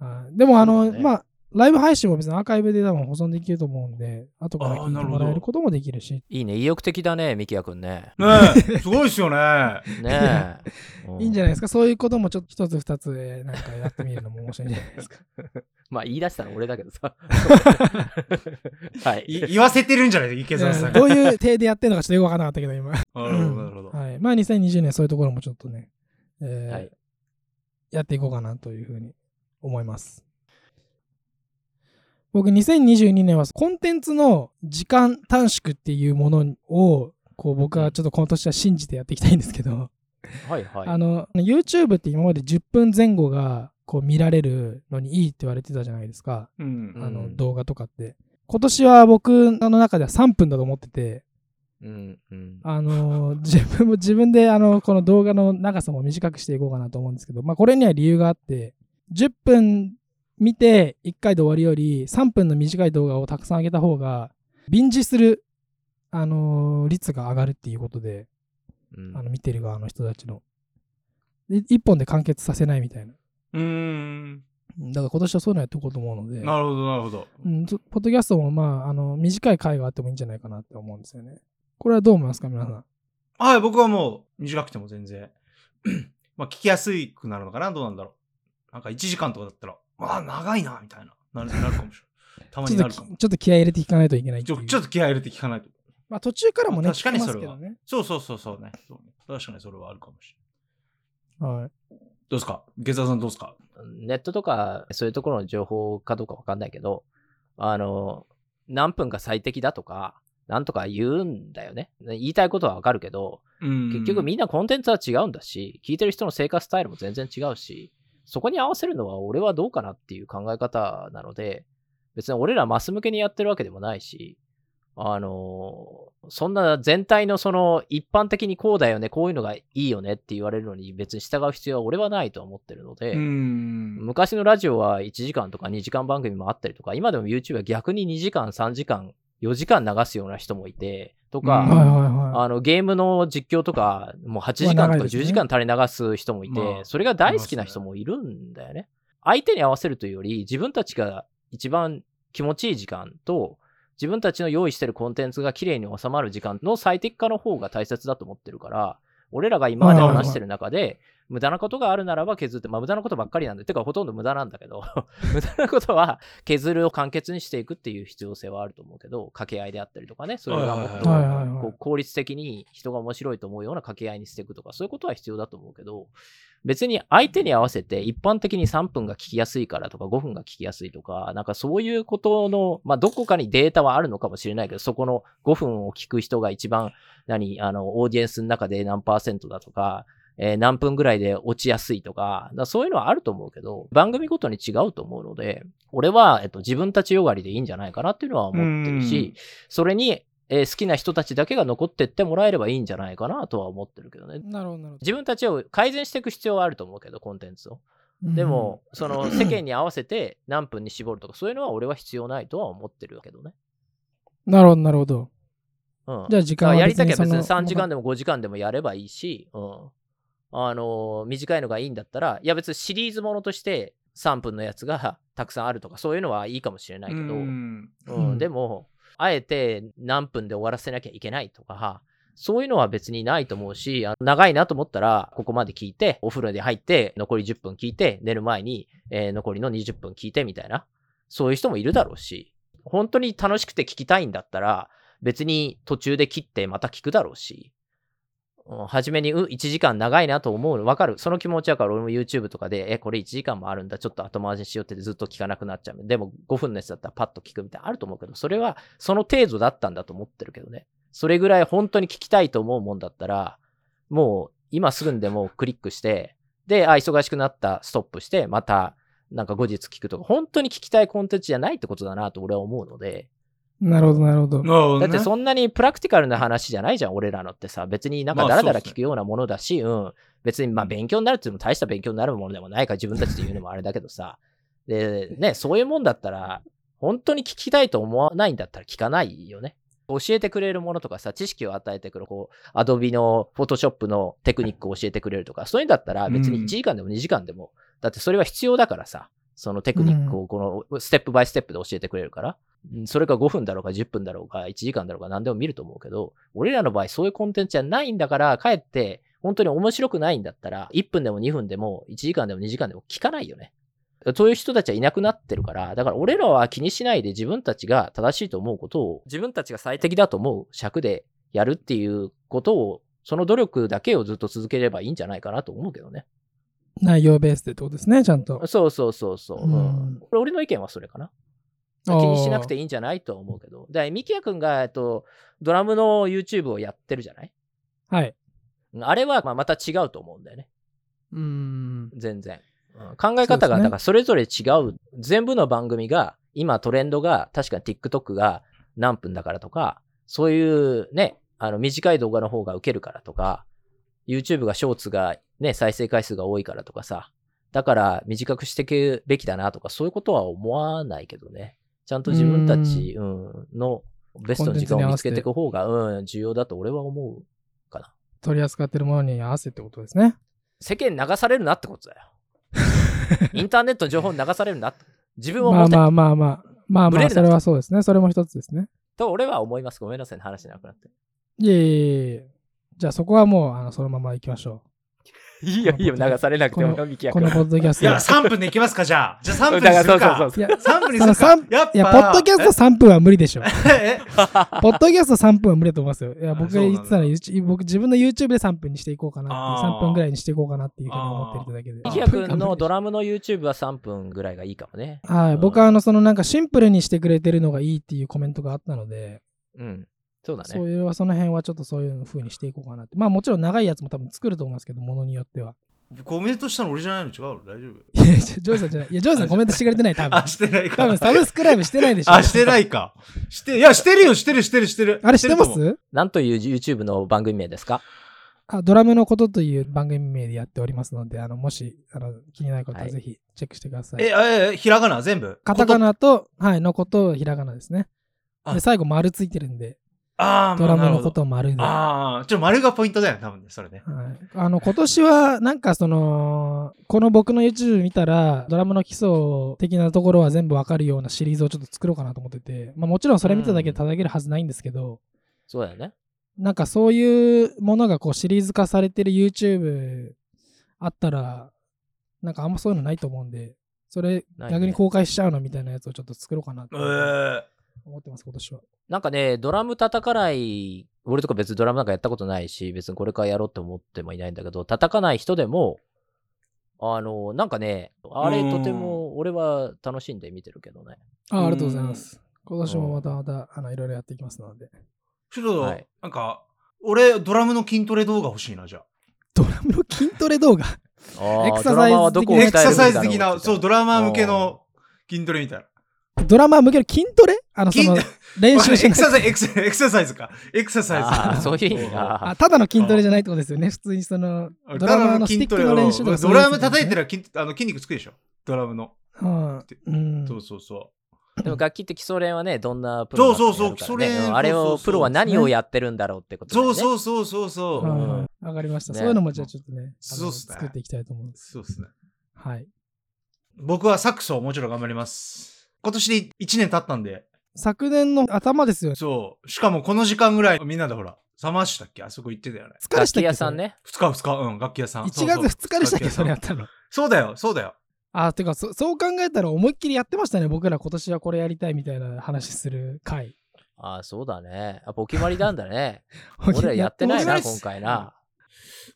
Speaker 1: あーでもあ
Speaker 3: そ
Speaker 1: の、
Speaker 3: うだね
Speaker 1: まあライブ配信も別にアーカイブで多分保存できると思うんで、後から聞いてもらえることもできるし、
Speaker 3: いいね。意欲的だね、ミキヤくんね。
Speaker 2: ねえ、すごいですよね。
Speaker 3: ねえ。
Speaker 1: いいんじゃない
Speaker 3: い
Speaker 1: ですか。そういうこともちょっと一つ二つえーなんかやってみるのも面白いんじゃないですか。
Speaker 3: まあ、言い出したら俺だけど さ。はい。
Speaker 2: い言わせてるんじゃない池澤さん
Speaker 1: ど
Speaker 2: が。
Speaker 1: ういう体でやってるのかちょっとよくわからなかったけど、今。
Speaker 2: なるほど、なるほど。
Speaker 1: はい。まあ2020年そういうところもちょっとね、えー
Speaker 3: はい
Speaker 1: やっていこうかなというふうに思います。僕2022年はコンテンツの時間短縮っていうものをこう僕はちょっとこの年は信じてやっていきたいんですけど、
Speaker 3: はいはい。
Speaker 1: あの YouTube って今まで10分前後がこう見られるのにいいって言われてたじゃないですか、
Speaker 2: うん
Speaker 1: あ
Speaker 3: う
Speaker 1: の
Speaker 3: ん
Speaker 1: 動画とかって今年は僕の中では3分だと思ってて
Speaker 3: うんうん。
Speaker 1: あのー 自分も自分であのこの動画の長さも短くしていこうかなと思うんですけど、まあ、これには理由があって10分見て1回で終わるより3分の短い動画をたくさん上げた方がbinge する、あのー率が上がるっていうことで
Speaker 3: うん
Speaker 1: あの見てる側の人たちので1本で完結させないみたいな
Speaker 2: うーん。
Speaker 1: うんだから今年はそういうのやっていこうと思うので
Speaker 2: なるほど、なるほど。
Speaker 1: うん、そポッドキャストもまああの短い回があってもいいんじゃないかなって思うんですよねこれはどう思いますか皆さん
Speaker 2: はい、僕はもう短くても全然。 まあ、聞きやすくなるのかなどうなんだろう。なんか1時間とかだったら、まあ、長いな、みたいな。なるなるかもしれ ない。たま
Speaker 1: ち
Speaker 2: に
Speaker 1: ょ
Speaker 2: な
Speaker 1: っ
Speaker 2: る
Speaker 1: と
Speaker 2: かも。
Speaker 1: きちょっと気合い入れていかないといけないって
Speaker 2: ち
Speaker 1: い
Speaker 2: ょ
Speaker 1: う
Speaker 2: ちょっと気合い入れて聞かないと。
Speaker 1: まあ途中からもね、
Speaker 2: あ確かにそれは
Speaker 1: 聞けます
Speaker 2: そうそうそうそうね。そうね確かにそれはあるかもしれない。
Speaker 1: けどねはい。
Speaker 2: どうですか下沢さんどうですか
Speaker 3: ネットとかそういうところの情報かどうかわかんないけど、あの、何分が最適だとか、なんとか言うんだよね。言いたいことはわかるけど、結
Speaker 2: 結
Speaker 3: 局みんなコンテンツは違うんだし、聞いてる人の生活スタイルも全然違うし、そこに合わせるのは俺はどうかなっていう考え方なので、別に俺らマス向けにやってるわけでもないし、あの、そんな全体のその一般的にこうだよね、こういうのがいいよねって言われるのに別に従う必要は俺はないと思ってるので、
Speaker 2: うん。
Speaker 3: 昔のラジオは1時間とか2時間番組もあったりとか、今でも YouTube は逆に2時間、3時間、4時間流すような人もいて、と
Speaker 2: う
Speaker 1: は
Speaker 2: ん
Speaker 1: い
Speaker 2: ま
Speaker 3: か、
Speaker 1: はいはい。
Speaker 3: あのゲームの実況とか、もう8時間
Speaker 1: まあ
Speaker 3: と
Speaker 1: 長
Speaker 3: か
Speaker 1: いですね
Speaker 3: 10時間垂れ流す人もい
Speaker 2: ま
Speaker 3: て
Speaker 2: あ、
Speaker 3: それが大好きな人もいるんだよね。相手に合わせるというより、自分たちが一番気持ちいい時間と、自分たちの用意してるコンテンツが綺麗に収まる時間の最適化の方が大切だと思ってるから、俺らが今まで話してる中で、無駄なことがあるならば削って、まあ無駄なことばっかりなんで、てかほとんど無駄なんだけど、 無駄なこと は削るを簡潔にしていくっていう必要性はあると思うけど、掛け合いであったりとかね、それがもっと
Speaker 1: はいはいは
Speaker 3: こう
Speaker 1: い。
Speaker 3: 効率的に人が面白いと思うような掛け合いにしていくとか、そういうことは必要だと思うけど、別に相手に合わせて一般的に3分が聞きやすいからとか5分が聞きやすいとか、なんかそういうことの、まあどこかにデータはあるのかもしれないけど、そこの5分を聞く人が一番、何、あの、オーディエンスの中で何パーセントだとか、えー何分ぐらいで落ちやすいとか、だからそういうのはあると思うけど、番組ごとに違うと思うので、俺は、えっと、自分たちよがりでいいんじゃないかなっていうのは思ってるし、それに、えー好きな人たちだけが残ってってもらえればいいんじゃないかなとは思ってるけどね。
Speaker 1: なるほどなるほ
Speaker 3: 自分たちを改善していく必要はあると思うけど、コンテンツを。
Speaker 1: ど。
Speaker 3: でも、その世間に合わせて何分に絞るとか、そういうのは俺は必要ないとは思ってるけどね。
Speaker 1: うん、なるほどなるほど。
Speaker 3: うん、
Speaker 1: じゃあ時
Speaker 3: だ
Speaker 1: 間
Speaker 3: か
Speaker 1: は
Speaker 3: らやりたきゃ別に
Speaker 1: その
Speaker 3: 3時間でも5時間でもやればいいし、うんあのー短いのがいいんだったら、いや別にシリーズものとして3分のやつがたくさんあるとか、そういうのはいいかもしれないけど、うん
Speaker 1: うん
Speaker 3: でも、あえて何分で終わらせなきゃいけないとか、そういうのは別にないと思うし、あの長いなと思ったら、ここまで聞いて、お風呂に入って、残り10分聞いて、寝る前に、えー残りの20分聞いてみたいな、そういう人もいるだろうし、本当に楽しくて聞きたいんだったら、別に途中で切ってまた聞くだろうし、うん初めに、う、1時間長いなと思うの分かる。その気持ちだから俺も YouTube とかで、え、これ1時間もあるんだ、ちょっと後回しにしようってずっと聞かなくなっちゃう。でも5分のやつだったらパッと聞くみたいなのあると思うけど、それはその程度だったんだと思ってるけどね。それぐらい本当に聞きたいと思うもんだったら、もう今すぐにでもクリックして、で、あ、忙しくなった、ストップして、また、なんか後日聞くとか、本当に聞きたいコンテンツじゃないってことだなと俺は思うので、
Speaker 1: なるほどなるほど。
Speaker 2: なるほど
Speaker 3: だ
Speaker 2: ね
Speaker 3: ってそんなにプラクティカルな話じゃないじゃん、俺らのってさ。別になんか
Speaker 2: まあ
Speaker 3: ダラダ
Speaker 2: そう
Speaker 3: ラ
Speaker 2: っすね
Speaker 3: 聞くようなものだし、うん。別にまあ勉強になるっていうのも大した勉強になるものでもないから自分たちで言うのもあれだけどさ。 で、ね、そういうもんだったら、本当に聞きたいと思わないんだったら聞かないよね。教えてくれるものとかさ、知識を与えてくる、こう、アドビのフォトショップのテクニックを教えてくれるとか、そういうんだったら別に1時間でも2時間でも、だってそれは必要だからさ、そのテクニックをこのステップバイステップで教えてくれるから、うんそれが5分だろうか10分だろうか1時間だろうか何でも見ると思うけど、俺らの場合そういうコンテンツじゃないんだから、かえって本当に面白くないんだったら、1分でも2分でも1時間でも2時間でも聞かないよね。そういう人たちはいなくなってるから、だから俺らは気にしないで自分たちが正しいと思うことを、自分たちが最適だと思う尺でやるっていうことを、その努力だけをずっと続ければいいんじゃないかなと思うけどね。
Speaker 1: 内容ベースでってことですね、ちゃんと。
Speaker 3: そうそうそうそう。う
Speaker 1: うん
Speaker 3: ん、これ俺の意見はそれかな。気にしなくていいんじゃないとは思うけど。で、ミキヤ君が、えっと、ドラムの YouTube をやってるじゃない
Speaker 1: はい。
Speaker 3: うんあれは、まあ、また違うと思うんだよね。
Speaker 1: うん。
Speaker 3: 全然。考
Speaker 1: そうで
Speaker 3: え方が、
Speaker 1: すね
Speaker 3: だからそれぞれ違う、全部の番組が、今トレンドが、確か TikTok が何分だからとか、そういうね、あの短い動画の方がウケるからとか、YouTube がショーツがね、再生回数が多いからとかさ、だから短くしていくべきだなとか、そういうことは思わないけどね。ちゃんと自分たち、うん、のベストの時間を見つけていく方が、うん、重要だと俺は思うかな。
Speaker 1: 取り扱ってるものに合わせってことですね。
Speaker 3: 世間流されるなってことだ よ。インターネットの情報に流されるなって。自分を持って、
Speaker 1: まあまあまあまあ。まあ
Speaker 3: ブ
Speaker 1: ま
Speaker 3: レ
Speaker 1: あ、
Speaker 3: るな
Speaker 1: それはそうですね。それも一つですね。
Speaker 3: と俺は思います。ごめんなさいね、話なくなって。
Speaker 1: いえいえいえ。じゃあそこはもう、あの、そのまま行きましょ
Speaker 3: いいよ、いいよ、流されなくても、ミ
Speaker 1: う。
Speaker 3: キヤ
Speaker 1: こ
Speaker 3: 君
Speaker 1: のポッドキャス
Speaker 2: いや、
Speaker 1: ト。
Speaker 2: 3分でいきますか、じゃあ。じゃあ3分
Speaker 3: だ
Speaker 2: にす
Speaker 3: か
Speaker 2: る
Speaker 3: ら、そうそう
Speaker 2: か。
Speaker 3: そうそう。
Speaker 1: いや、
Speaker 2: 3分にする
Speaker 1: そ
Speaker 2: か
Speaker 1: の。
Speaker 2: やっぱ。
Speaker 1: いや、ポッドキャスト3分は無理でしょ。
Speaker 2: ト。 え
Speaker 1: ポッドキャスト3分は無理だと思いますよ。いや、僕
Speaker 2: そう
Speaker 1: が
Speaker 2: なん
Speaker 1: 言
Speaker 2: だ
Speaker 1: ってたら、YouTube 僕自分の YouTube で3分にしていこうかなっていう、
Speaker 2: あー
Speaker 1: 3分ぐらいにしていこうかなっていうふうに思ってるだけで。
Speaker 3: ミ
Speaker 2: あ
Speaker 3: キ
Speaker 2: ー
Speaker 3: ヤ君のドラムの YouTube は3分ぐらいがいいかもね。
Speaker 1: はい、僕はあの、そのなんかシンプルにしてくれてるのがいいっていうコメントがあったので、
Speaker 3: うん。そうだ
Speaker 1: そう
Speaker 3: ね。
Speaker 1: いう、その辺はちょっとそういう風にしていこうかなって。まあもちろん長いやつも多分作ると思いますけど、ものによ っては。
Speaker 2: コメントしたの俺じゃないの違う大丈夫
Speaker 1: いや、ジョイさんじゃない。いや、ジョイさんコメントしてくれてない、多分
Speaker 2: あ、。してない
Speaker 1: 多
Speaker 2: か
Speaker 1: 分。サブスクライブしてないでしょ。
Speaker 2: あ、してないか。して、いや、してるよ、してる、してる、してる。
Speaker 1: あれしてま
Speaker 2: ると思う
Speaker 1: す
Speaker 3: なんという YouTube の番組名ですか
Speaker 1: あドラムのことという番組名でやっておりますので、あのもしあの気になる方
Speaker 3: は
Speaker 1: はいぜひチェックしてください。
Speaker 2: え、あえ、ひらがな全部
Speaker 1: カタカ。ナと、はい、のことをひらがなですね。
Speaker 2: あ
Speaker 1: で最後、丸ついてるんで、
Speaker 2: ああ、
Speaker 1: ドラム
Speaker 2: なる
Speaker 1: の
Speaker 2: ほ
Speaker 1: こ
Speaker 2: ど
Speaker 1: とを丸で。はい
Speaker 2: ああ、ちょ、丸がポイントだよ、多分ね、それね。
Speaker 1: あの今年はなんかそのこの僕の YouTube 見たらドラムの基礎的なところは全部わかるようなシリーズをちょっと作ろうかなと思ってて、まあ、もちろんそれ見ただけで叩けるはずないんですけど、
Speaker 3: そうだよね。
Speaker 1: なんかそういうものがこうシリーズ化されてる YouTube あったら、なんかあんまそういうのないと思うんで、それ
Speaker 3: ないね
Speaker 1: 逆に公開しちゃうのみたいなやつをちょっと作ろうかなって
Speaker 2: えー、
Speaker 1: 思ってます、今年は。
Speaker 3: なんかね、ドラム叩かない、俺とか別にドラムなんかやったことないし、別にこれからやろうって思ってもいないんだけど、叩かない人でも、あの、なんかね、あれ
Speaker 2: うん
Speaker 3: とても俺は楽しんで見てるけどね。
Speaker 1: あありがとうございます。今年もまたまたあのいろいろやっていきますので。
Speaker 2: ちょっと、
Speaker 3: はい
Speaker 2: なんか、俺、ドラムの筋トレ動画欲しいな、じゃあ。
Speaker 1: ドラムの筋トレ動画。
Speaker 3: あー
Speaker 1: エクササイズ的な
Speaker 3: ドラマはどこを鍛
Speaker 2: エ
Speaker 3: えるべき
Speaker 2: ク
Speaker 3: だ
Speaker 2: サ
Speaker 3: ろう
Speaker 2: サイズ的な、
Speaker 3: みたい
Speaker 2: そう、ドラマー向けの筋トレみたいな。
Speaker 1: ドラマー向ける筋トレあの、そ
Speaker 2: 筋
Speaker 1: の 練習し
Speaker 2: エ
Speaker 1: な
Speaker 2: ク
Speaker 1: い。
Speaker 2: ササイズ、エクサエクササイズか。エクササイズ
Speaker 3: あー
Speaker 2: か。
Speaker 3: そういう意味
Speaker 1: あ
Speaker 3: が。
Speaker 1: ただの筋トレじゃないってことですよね。普通にその、ドラマーのスティックの練習とかそ
Speaker 2: ド
Speaker 1: ういうや
Speaker 2: ラ
Speaker 1: つで
Speaker 2: ム
Speaker 1: すね
Speaker 2: 叩いてるあの筋肉つくでしょ。ドラムの。
Speaker 1: うんうん
Speaker 2: そうそうそ
Speaker 3: でも楽器って基礎練はね、どんなプロ
Speaker 2: そうそうそう
Speaker 3: 基礎練
Speaker 2: 基礎練
Speaker 3: あれ
Speaker 2: そうそ
Speaker 3: を、
Speaker 2: うそう
Speaker 3: プロは何をやってるんだろうってこ
Speaker 2: う。
Speaker 3: とだよ
Speaker 2: そ
Speaker 3: ね。
Speaker 2: うそうそうそうそう。
Speaker 1: はい
Speaker 3: ん
Speaker 1: はいわかりました。
Speaker 3: ね
Speaker 1: そういうのもじゃあちょっとね、あの
Speaker 2: そうっすね
Speaker 1: 作っていきたいと思うんです。
Speaker 2: そうですね。
Speaker 1: はい。
Speaker 2: 僕はサックスをもちろん頑張ります。今年で1年経ったんで、
Speaker 1: 昨年の頭ですよね。
Speaker 2: そう。しかもこの時間ぐらいみんなでほら、冷ましたっけあそこ行ってたよね。
Speaker 1: 2日で
Speaker 3: 楽
Speaker 1: したっけ
Speaker 3: 器屋さん。ね。
Speaker 2: 2日2日、うん、楽器屋さん。
Speaker 1: 1
Speaker 2: そ
Speaker 1: 月
Speaker 2: うそ
Speaker 1: 2
Speaker 2: う
Speaker 1: 日でしたっけ
Speaker 2: 楽器屋さん
Speaker 1: それやったの。
Speaker 2: そうだよ、そうだよ。
Speaker 1: あ、てかそ、そう考えたら思いっきりやってましたね。僕ら今年はこれやりたいみたいな話する回。
Speaker 3: ああ、そうだね。やっぱお決まりなん だね。 俺らやってない
Speaker 2: や
Speaker 3: な、
Speaker 2: ってます
Speaker 3: 今回 な。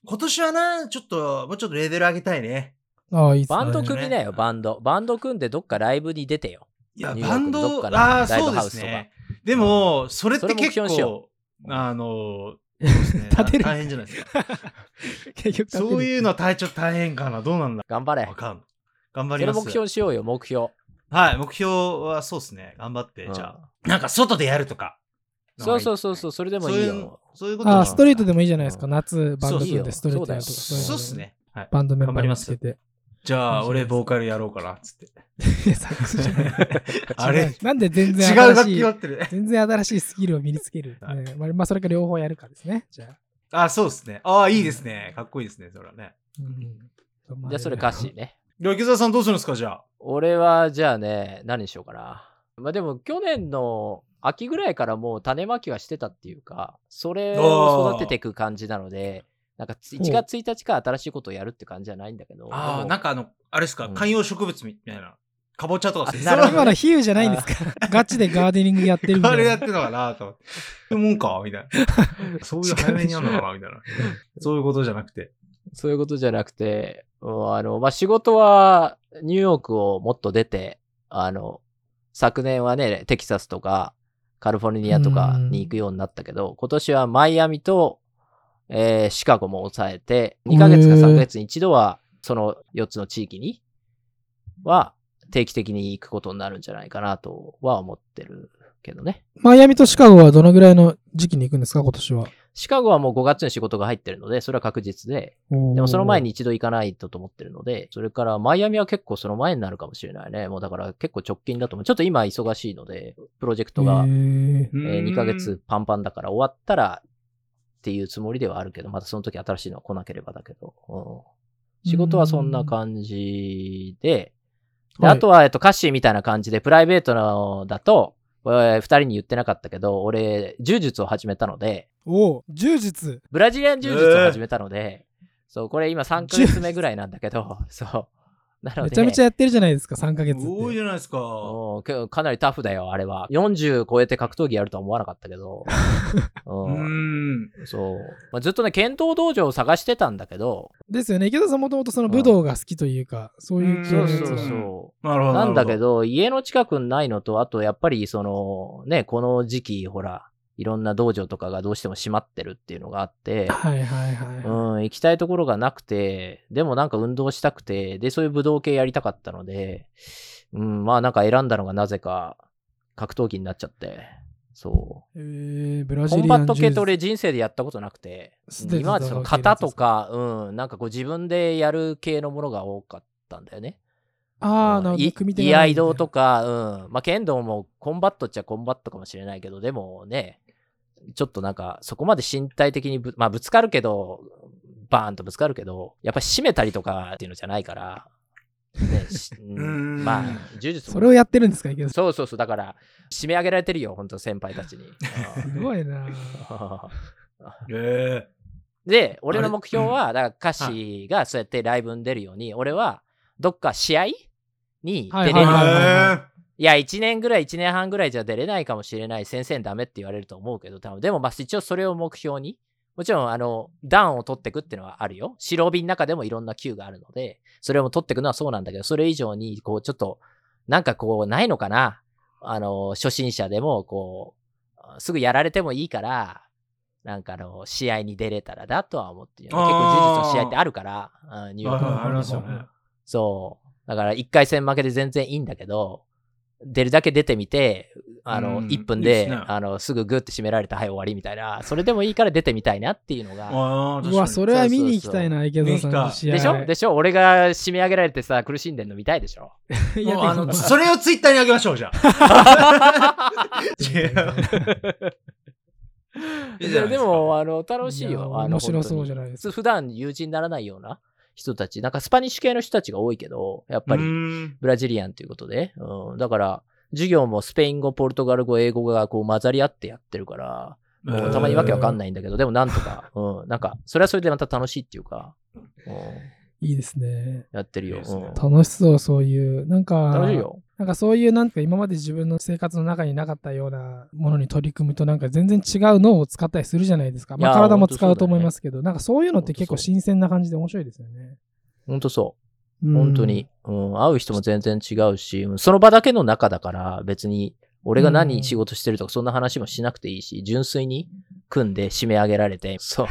Speaker 2: 今年はな、ちょっと、もうちょっとレベル上げたいね。
Speaker 1: ああ、いいっすね。
Speaker 3: バンド組みなよ、
Speaker 2: ね
Speaker 3: バンド。バンド組んでどっかライブに出てよ。
Speaker 2: いや、
Speaker 3: ニューヨ
Speaker 2: バ
Speaker 3: ーク
Speaker 2: ン
Speaker 3: のどっ
Speaker 2: ド、
Speaker 3: かの
Speaker 2: ああ、
Speaker 3: ライブ
Speaker 2: そうで
Speaker 3: ハウ
Speaker 2: す
Speaker 3: スとか
Speaker 2: ね。でも、それっ
Speaker 3: そ
Speaker 2: て
Speaker 3: れ目
Speaker 2: 結
Speaker 3: 標にしよ
Speaker 2: 構、あの、そうですね
Speaker 1: 立てる
Speaker 2: 大変じゃないですか。
Speaker 1: 結局。
Speaker 2: そういううのは体調大変かな、どうなんだ
Speaker 3: 頑張れ
Speaker 2: わ。かんない。頑張
Speaker 3: そ
Speaker 2: り
Speaker 3: れ
Speaker 2: ま
Speaker 3: 目
Speaker 2: す。
Speaker 3: 標にしようよ、目標。
Speaker 2: はい、目標はそうですね。頑張って、じゃあ。なんか外でやるとか。
Speaker 3: そうそうそうそう、それでも
Speaker 2: そう
Speaker 3: いい
Speaker 2: いう
Speaker 3: よ。
Speaker 2: そういうこと
Speaker 1: ああ、ストリートで
Speaker 2: も
Speaker 1: もいいじゃないです
Speaker 3: う
Speaker 1: か。夏、バンド組んでストリートやるとか。
Speaker 3: そう
Speaker 1: い
Speaker 2: そう
Speaker 1: の
Speaker 2: うっす。ね。はい、
Speaker 1: バンドメン
Speaker 2: 頑
Speaker 1: バー
Speaker 2: 張り
Speaker 1: 見
Speaker 2: ま
Speaker 1: つ
Speaker 2: す
Speaker 1: けて。
Speaker 2: じゃあ、俺ボーカルやろうかな、つって。
Speaker 1: いやサック スじゃない
Speaker 2: あれ
Speaker 1: なんで全
Speaker 2: 違
Speaker 1: 然新
Speaker 2: う楽
Speaker 1: し
Speaker 2: 器
Speaker 1: い
Speaker 2: 持、ってる。
Speaker 1: 全然新しいスキルを身につける。
Speaker 2: はい
Speaker 1: ねまあまあ、それか両方やるかですね。じゃあ。
Speaker 2: あ、そうですね。ああ、いいですね。かっこいいですね、それはね。
Speaker 1: うん
Speaker 3: じゃあそれ歌詞。ね。
Speaker 2: では池澤さんどうするんですか、じゃあ。
Speaker 3: 俺は、じゃあね、何にしようかな。まあでも、去年の秋ぐらいからもう種まきはしてたっていうか、それを育てていく感じなので、なんか1月1日から新しいことをやるって感じじゃないんだけど。
Speaker 2: あ
Speaker 3: で
Speaker 2: あ、
Speaker 3: も
Speaker 2: なんかあの、あれですか、
Speaker 3: うん
Speaker 2: 観葉植物みたいな。かぼちゃとか
Speaker 3: あ
Speaker 2: そう
Speaker 3: なるほど
Speaker 1: 今の比喩じゃないんですか ガチでガーデニングやってるみ
Speaker 2: あ
Speaker 1: たい
Speaker 2: れや
Speaker 1: な
Speaker 2: っ。てたかなと思って。 そういうもんかみたいな。そういう早めにやるのかなみたい な。そういうことじゃなくて。
Speaker 3: そういうことじゃなくて、うんあの、まあ、仕事はニューヨークをもっと出て、あの、昨年はね、テキサスとかカリフォルニアとかに行くようになったけど、今年はマイアミと、えーシカゴも抑えて、2ヶ月か3ヶ月に一度は、その4つの地域には定期的に行くことになるんじゃないかなとは思ってるけどね。
Speaker 1: マイアミとシカゴはどのぐらいの時期に行くんですか、今年は。
Speaker 3: シカゴはもう5月に仕事が入ってるので、それは確実で、でもその前に一度行かないとと思ってるので、それからマイアミは結構その前になるかもしれないね。もうだから結構直近だと思う。ちょっと今忙しいので、プロジェクトが、
Speaker 1: へー
Speaker 2: え
Speaker 3: えー2ヶ月。パンパンだから終わったらっていうつもりではあるけど、またその時新しいのが来なければだけど。うん仕事はそんな感じで、で
Speaker 1: はい
Speaker 3: あとは、えっと、カッシーみたいな感じで、プライベートのだと、えー二人に言ってなかったけど、俺、柔術を始めたので、
Speaker 1: おう柔術。
Speaker 3: ブラジリアン柔術を始めたので、そう、これ今3ヶ月目ぐらいなんだけど、 そう。なの
Speaker 1: め
Speaker 3: で、
Speaker 1: ちゃめちゃやってるじゃないですか、3ヶ月っ
Speaker 2: 多い
Speaker 1: て。
Speaker 2: じゃないですか。
Speaker 3: うんけかなりタフだよ、あれは。40超えて格闘技やるとは思わなかった けど。
Speaker 2: う
Speaker 3: うん
Speaker 2: ん。
Speaker 3: そう。まあ、ずっとね、剣道道場を探してたんだけど、
Speaker 1: ですよね。池田さんもともとその武道が好きというか、そういう系
Speaker 3: そ
Speaker 1: のや
Speaker 3: う
Speaker 1: つ
Speaker 3: そう
Speaker 1: は
Speaker 3: そ
Speaker 2: なるほど。
Speaker 3: う。なんだけ
Speaker 2: ど。
Speaker 3: ど、家の近くにないのと、あとやっぱりその、ね、この時期、ほら、いろんな道場とかがどうしても閉まってるっていうのがあ って、
Speaker 1: はいはいはいはい。
Speaker 3: うん、行きたいところがなくて、でもなんか運動したくて、で、そういう武道系やりたかったので、うん、まあなんか選んだのがなぜか格闘技になっちゃって、そ
Speaker 1: えー、ブラ
Speaker 3: う。
Speaker 1: ジ
Speaker 3: コ
Speaker 1: リアン
Speaker 3: ンバット
Speaker 1: 柔
Speaker 3: 系って
Speaker 1: 術
Speaker 3: 俺人生でやったことなくて、
Speaker 1: 素
Speaker 3: うん
Speaker 1: 手で
Speaker 3: 今までその
Speaker 1: 戦う系のや
Speaker 3: 型
Speaker 1: つで
Speaker 3: と
Speaker 1: すか
Speaker 3: か、うん、なんかこう自分でやる系のものが多かったんだよね。
Speaker 1: ああ、なるほどね。
Speaker 3: い
Speaker 1: 組手が
Speaker 3: 居
Speaker 1: ない
Speaker 3: 合
Speaker 1: みたいな
Speaker 3: 道とか、うん。まあ、剣道もコンバットっちゃコンバットかもしれないけど、でもね、ちょっとなんか、そこまで身体的にぶ、まあ、ぶつかるけど、バーンとぶつかるけど、やっぱ締めたりとかっていうのじゃないから、 ね、しうんまあ、柔術も
Speaker 1: それをやってるんですか、池田さ
Speaker 3: そうそうそう、だから、締め上げられてるよ、本当先輩たちに。
Speaker 1: ん。すごいな。
Speaker 2: え
Speaker 3: で、俺の目標は、だから歌詞がそうやってライブに出るように、俺はどっか試合に出れ
Speaker 2: え
Speaker 3: るよう
Speaker 1: はいはいはい
Speaker 3: に。
Speaker 2: ー。
Speaker 3: いや、1年ぐらい、1年半ぐらいじゃ出れないかもしれない、先生にダメって言われると思うけど、多分でも、まあ、一応それを目標に、もちろん、あの、段を取っていくっていうのはあるよ。白帯の中でもいろんな級があるので、それも取っていくのはそうなんだけど、それ以上に、こう、ちょっと、なんかこう、ないのかなあの、初心者でも、こう、すぐやられてもいいから、なんかあの、試合に出れたらだとは思ってるよね。
Speaker 2: あー
Speaker 3: 結構、事実の試合ってあるから、うんニューヨーク
Speaker 2: はい
Speaker 3: は
Speaker 2: はいありますよね。
Speaker 3: そう。だから1回戦負けで全然いいんだけど、出るだけ出てみて、あの、
Speaker 2: うん
Speaker 3: 1分
Speaker 2: いい
Speaker 3: で、
Speaker 2: ですね
Speaker 3: あの、すぐグッて締められて、はい、終わりみたいな、それでもいいから出てみたいなっていうのが。
Speaker 2: ああ、確かに。
Speaker 1: うわ、それは見に行きたいな、池田さんの試合。
Speaker 3: でしょでしょ俺が締め上げられてさ、苦しんでんの見たいでしょ
Speaker 1: いや
Speaker 2: もうあ
Speaker 1: で
Speaker 2: の、
Speaker 1: も
Speaker 2: それをツイッターにあげましょう、じゃ あ。いやいいじゃないですか
Speaker 3: ででも、あの、楽しい
Speaker 1: いや
Speaker 3: よ。あの
Speaker 1: 面白そうじゃ
Speaker 3: 本
Speaker 1: ないで
Speaker 3: 当に
Speaker 1: すか。
Speaker 3: 普段友人にならないような人たち、なんかスパニッシュ系の人たちが多いけど、やっぱり、
Speaker 2: うん
Speaker 3: ブラジリアンということで、うん、だから、授業もスペイン語、ポルトガル語、英語がこう混ざり合ってやってるから、もうたまにわけわかんないんだけど、でもなんとか、うん、なんか、それはそれでまた楽しいっていうか、うん、
Speaker 1: いいですね。
Speaker 3: やってるよ。
Speaker 2: いいですね
Speaker 3: うん
Speaker 1: 楽しそう、そういう。なんか、
Speaker 3: 楽しいよ。
Speaker 1: なんかそういう、なんか今まで自分の生活の中になかったようなものに取り組むと、なんか全然違う脳を使ったりするじゃないですか。まあ
Speaker 3: いや
Speaker 1: 体も使
Speaker 3: ほん
Speaker 1: うと
Speaker 3: とそうだよね
Speaker 1: 思いますけど、なんかそういうのって結構新鮮な感じで面白いですよね。
Speaker 3: ほんとそ
Speaker 1: うん
Speaker 3: う。本当に。。うん、会う人も全然違うし、うんその場だけの中だから、別に、俺が
Speaker 1: う
Speaker 3: 何
Speaker 1: ん
Speaker 3: 仕事してるとか、そんな話もしなくていいし、純粋に組んで締め上げられて、そう、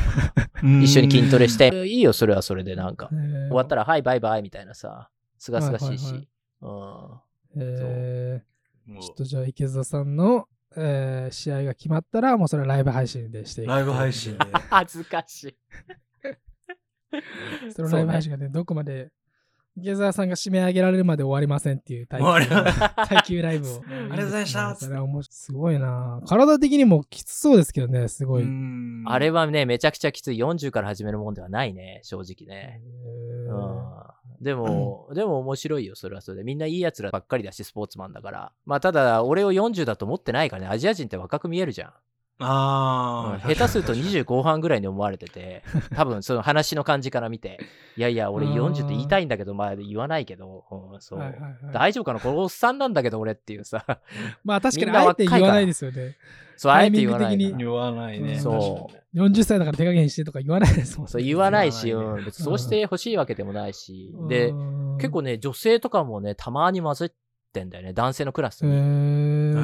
Speaker 3: 一緒に筋トレし。て、いいよ、それはそれでなんか
Speaker 1: え。ー
Speaker 3: 終わったら、はい、バイバイみたいなさ、すがすがしい
Speaker 1: はい
Speaker 3: し。うん
Speaker 1: え
Speaker 2: うん
Speaker 1: ーちょっとじゃあ池田さんの、えー試合が決まったら、もうそれはライブ配信でしていく
Speaker 2: ライブ配信で。
Speaker 3: 恥ずかしい。
Speaker 1: そのライブ配信がね、どこまで池澤さんが締め上げられるまで終わりませんっていう耐
Speaker 2: 終
Speaker 1: 久
Speaker 2: わり
Speaker 1: 耐久ライブを。
Speaker 2: ありがとうございました
Speaker 1: それは面白いすごいな体的にもきつそうですけどね、すごい。
Speaker 2: うん
Speaker 3: あれはね、めちゃくちゃきつい。40から始めるもんではないね、正直
Speaker 1: え
Speaker 3: ね。う
Speaker 1: ー
Speaker 3: ん、でも、でも面白いよ、それはそれで。みんないいやつらばっかりだし、スポーツマンだから。まあ、ただ、俺を40だと思ってないからね、アジア人って若く見えるじゃん。う
Speaker 2: ああ。
Speaker 3: ん下手すると20後半ぐらいに思われてて、多分その話の感じから見て、いやいや、俺40って言いたいんだけど、まあ言わないけど、うんそう。
Speaker 1: はいはいはい、
Speaker 3: 大丈夫かなこのおっさんなんだけど俺っていうさ。
Speaker 1: まあ確か
Speaker 3: み
Speaker 1: に
Speaker 3: んな
Speaker 1: あえて
Speaker 3: 若いから
Speaker 1: 言わないですよね。
Speaker 3: そう、あえて言わない
Speaker 1: タイミング的
Speaker 3: から
Speaker 1: に
Speaker 2: 言わないね。
Speaker 3: そう
Speaker 2: 確か
Speaker 1: 40歳だから手加減してとか言わないですもんね。
Speaker 3: そう言わないし、
Speaker 2: 言わないね
Speaker 3: うん、別にそうしてほしいわけでもないし、
Speaker 1: うん
Speaker 3: で、結構、ね、女性とかもね、たまに混ぜってんだよね、男性のクラス
Speaker 1: え
Speaker 3: に。
Speaker 2: にね。
Speaker 1: ー、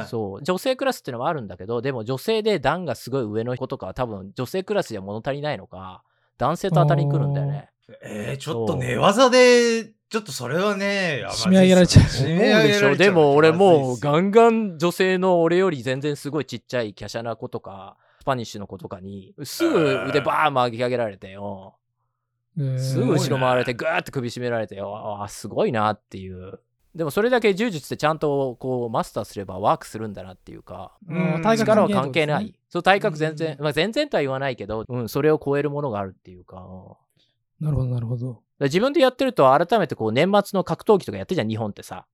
Speaker 2: ええ。
Speaker 3: そう女性クラスっていうのはあるんだけど、でも女性で段がすごい上の子とかは多分女性クラスじゃ物足りないのか、男性と当たりに来るんだよね。
Speaker 2: えー、ちょっと寝技でちょっとそれはね、あ
Speaker 1: 締め上げられちゃう
Speaker 2: 締め
Speaker 3: 思
Speaker 2: 上
Speaker 3: う
Speaker 2: げられ
Speaker 3: で
Speaker 2: ち
Speaker 3: し
Speaker 2: ゃ
Speaker 3: ょでも俺もう
Speaker 2: ン。
Speaker 3: ガンガン女性の俺より全然すごいちっちゃい華奢な子とかスパニッシュの子とかにすぐ腕バーン巻き上げられてよすぐ後ろ回られてぐーって首絞められてよあすごいなっていうでもそれだけ柔術ってちゃんとこうマスターすればワークするんだなっていうか
Speaker 2: うん
Speaker 3: 力は関係ない、。そう体格全然、
Speaker 1: う
Speaker 3: まあ、全然とは言わないけど、うん、それを超えるものがあるっていうかうん
Speaker 1: なるほど、なるほど。
Speaker 3: で自分でやってると改めてこう年末の格闘技とかやってるじゃん日本ってさ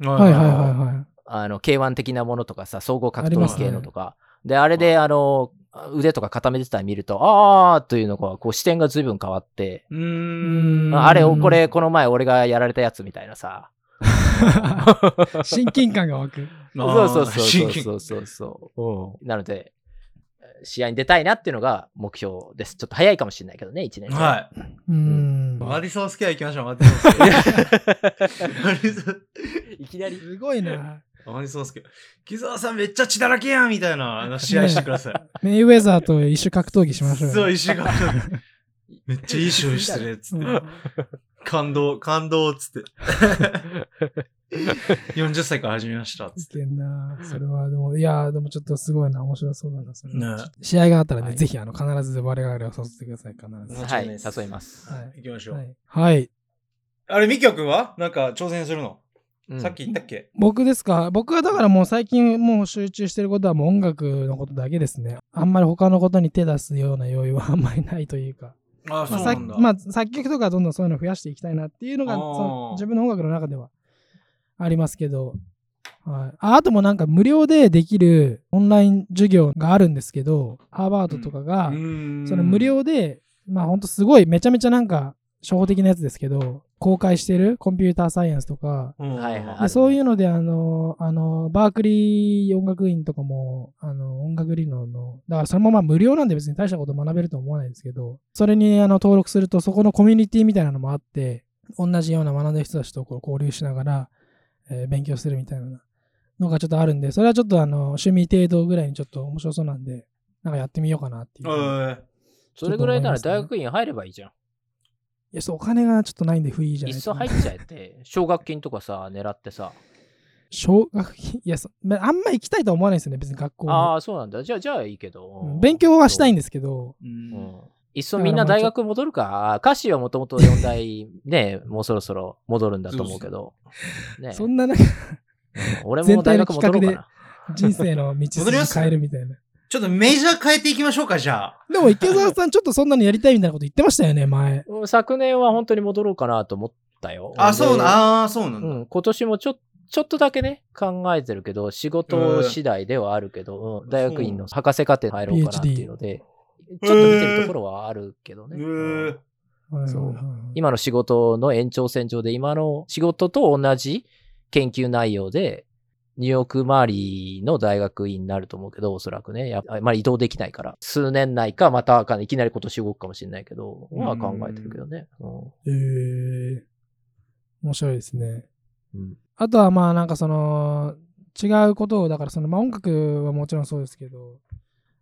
Speaker 1: は
Speaker 2: はい
Speaker 1: はいはいは
Speaker 3: あの K1 的なものとかさ総合格
Speaker 1: ありま
Speaker 3: 闘
Speaker 1: す
Speaker 3: 技
Speaker 1: ね
Speaker 3: 系のとか、であれであの腕とか固めてたら見るとああというのがこう視点が随分変わって、
Speaker 2: い。う
Speaker 1: い。
Speaker 2: ーん。
Speaker 3: ああれをこれこの前俺がやられたやつみたいなさ
Speaker 1: 親近感が湧く。
Speaker 3: そうそうそうそう
Speaker 2: 真剣
Speaker 3: そうそうそう、うんなので試合に出たいなっていうのが目標ですちょっと早いかもしれないけどね1年い
Speaker 2: は
Speaker 1: うーん
Speaker 2: い。。マディソンスケア行きましょう、マディソンスケア。マディソ ン
Speaker 3: いきなり
Speaker 1: すごいな。
Speaker 2: マディソンスケア。木澤さんめっちゃ血だらけやんみたいなあの試合してください。
Speaker 1: メイウェザーと一緒格闘技しましょうよ。
Speaker 2: そう、石が。めっちゃいい勝負してる、つ
Speaker 1: う
Speaker 2: っ
Speaker 1: ん
Speaker 2: て。感動、感動、つって。40歳から始めました、つ
Speaker 1: い
Speaker 2: って。
Speaker 1: けんな。それは、でも、いやー、でもちょっとすごいな。面白そうだな。それ
Speaker 2: ね
Speaker 1: 試合があったらね、
Speaker 3: はい
Speaker 1: ぜひ、あの、必ず我々を誘ってください。必ず。
Speaker 2: も
Speaker 1: は
Speaker 2: ちろ
Speaker 3: は
Speaker 2: ん
Speaker 3: い
Speaker 2: で
Speaker 3: 誘
Speaker 2: す
Speaker 3: います、
Speaker 1: い。
Speaker 2: 行きましょ
Speaker 1: は
Speaker 2: う。
Speaker 1: い。はい。
Speaker 2: あれ、みきょくんはなんか挑戦するの
Speaker 3: うん
Speaker 2: さっき言ったっけ
Speaker 1: 僕ですか僕はだからもう最近もう集中してることはもう音楽のことだけですね。あんまり他のことに手出すような余裕はあんまりないというか。
Speaker 2: あ
Speaker 1: まあ、さまあ作曲とかどんどんそういうの増やしていきたいなっていうのが
Speaker 2: あー
Speaker 1: その自分の音楽の中ではありますけど、はい、ああともなんか無料でできるオンライン授業があるんですけどハーバードとかがその無。料で、まあほんとすごいめちゃめちゃなんか初歩的なやつですけど公開してるコンピューターサイエンスとか
Speaker 3: はいはい
Speaker 1: で
Speaker 3: あるね
Speaker 1: そういうので、あの、あの、バークリー音楽院とかも、あの、音楽理論の、だからそれもまあ無料なんで別に大したこと学べると思わないんですけど、それにあの登録すると、そこのコミュニティみたいなのもあって、同じような学んだ人たちとこう交流しながら、えー勉強するみたいなのがちょっとあるんで、それはちょっとあの、趣味程度ぐらいにちょっと面白そうなんで、なんかやってみようかなっていう。い
Speaker 2: うん
Speaker 3: それぐらいなら大学院入ればいいじゃん
Speaker 1: や、そう、お金がちょっとないんで不意じゃない
Speaker 3: いっ
Speaker 1: です
Speaker 3: そ
Speaker 1: か
Speaker 3: 入っちゃえって奨学金とかさ狙ってさ
Speaker 1: 奨学金、いや、そまああんま行きたいとは思わないですよね、別に学校に
Speaker 3: ああそうなんだじゃあじゃあいいけど、
Speaker 1: うん勉強はしたいん
Speaker 3: で
Speaker 1: ですけど、
Speaker 3: す、うんいっそみんな大学戻るかあー歌詞はもともと4大ねもうそろそろ戻るんだと思うけどね
Speaker 1: そんななんか
Speaker 3: 俺も大学戻ろうかな
Speaker 1: 人生の道筋変えるみたいな。
Speaker 2: ちょっとメジャー変えていきましょうか、じゃあ。
Speaker 1: でも池澤さんちょっとそんなのやりたいみたいなこと言ってましたよね、前。
Speaker 3: うん昨年は本当に戻ろうかなと思ったよ
Speaker 2: あ、そう
Speaker 3: で
Speaker 2: な、あーそうなんだ。
Speaker 3: うん、今年もちょちょっとだけね考えてるけど仕事次第ではあるけど、うん大学院の博士課程に入ろうかなっていうのでちょっと見てるところはあるけどね、
Speaker 2: う
Speaker 3: うん
Speaker 2: ー
Speaker 3: そう
Speaker 1: はいはいはい
Speaker 3: 今の仕事の延長線上で今の仕事と同じ研究内容でニューヨーク周りの大学院になると思うけど、おそらくね。やっぱりまあ移動できないから。数年内か、またわかんないいきなり今年動くかもしれないけど、まあ考えてるけどね。うん
Speaker 1: えー、面白いですね。
Speaker 3: うん
Speaker 1: あとはまあなんかその違うことをだからそのまあ音楽はもちろんそうですけど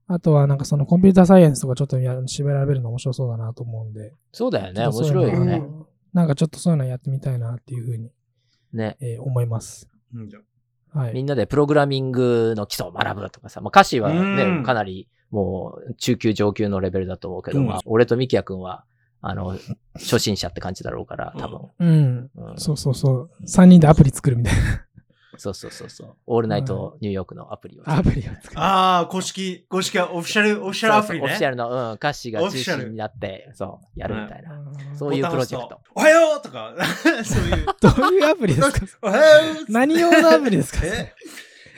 Speaker 1: あとはなんかそのコンピューターサイエンスとかちょっとや絞められるの面白そうだなと思うんで。
Speaker 3: そうだよね。
Speaker 1: ちょ
Speaker 3: 面
Speaker 1: っとそう
Speaker 3: 白いよ
Speaker 1: うの
Speaker 3: ね。
Speaker 1: なんかちょっとそういうのやってみたいなっていうふうに、
Speaker 3: ね。
Speaker 1: えー思います。
Speaker 2: うんじゃあ
Speaker 1: は
Speaker 3: み
Speaker 1: い。
Speaker 3: んなでプログラミングの基礎を学ぶとかさ、まあ、歌詞は
Speaker 2: う
Speaker 3: ね
Speaker 2: ん、
Speaker 3: かなりもう中級上級のレベルだと思うけ
Speaker 2: う
Speaker 3: ど、
Speaker 2: ん
Speaker 3: まあ、俺とミキヤ君は、あの、初心者って感じだろうから、多分。
Speaker 1: うん。
Speaker 3: うん
Speaker 1: そうそうそう。3人でアプリ作るみたい
Speaker 3: そうそうそうそう。オールナイトニューヨークのアプリを。
Speaker 1: な。アプリを作る。
Speaker 2: ああ、公式、公式はオフィシャル、オフィシ
Speaker 3: そ
Speaker 2: ャル
Speaker 3: うそう
Speaker 2: アプリ
Speaker 3: オフィシャ
Speaker 2: ね。
Speaker 3: ルの、うん、歌詞が
Speaker 2: オフ
Speaker 3: 中
Speaker 2: ィシャル
Speaker 3: 心になって、そう、やるみたいな。
Speaker 1: ど
Speaker 3: そういうプロジェクト。
Speaker 2: おはようとか、 そういう。
Speaker 1: ういうアプリですか
Speaker 2: おはよう
Speaker 1: 何用のアプリですか
Speaker 2: え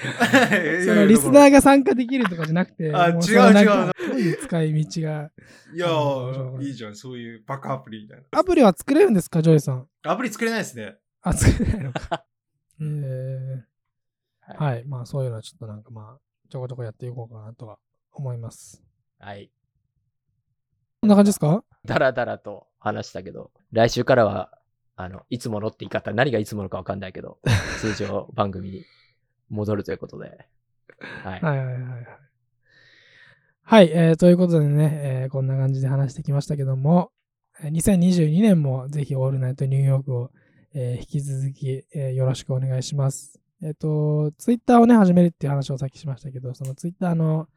Speaker 1: そのリスナ
Speaker 2: ー
Speaker 1: ーが参加できるとかじゃなくて、
Speaker 2: あ
Speaker 1: も
Speaker 2: 違う
Speaker 1: そのなんかどういう使い道が。
Speaker 2: いや
Speaker 1: うん
Speaker 2: ー、いいじゃん、そういうバカアプリみたい
Speaker 1: アプリは作れるんですか、ジョイさん。
Speaker 2: な。アプリ作れないですね。
Speaker 1: あ、作れないのか。えー、
Speaker 3: はい。
Speaker 1: はい。まあ、そういうのはちょっとなんかまあ、ちょこちょこやっていこうかなとは思います。
Speaker 3: はい。
Speaker 1: こんな感じですか
Speaker 3: だらだらと話したけど、来週からは、あの、いつものって言い方、何がいつものかわかんないけど、通常番組に戻るということで。 はい。
Speaker 1: はいはいはいはい。はい、えーということでね、えーこんな感じで話してきましたけども、えー2022年もぜひオールナイトニューヨークをえー引き続き、えーよろしくお願いします。えっ、と、ツイッターをね、始めるっていう話をさっきしましたけど、そのツイッターの、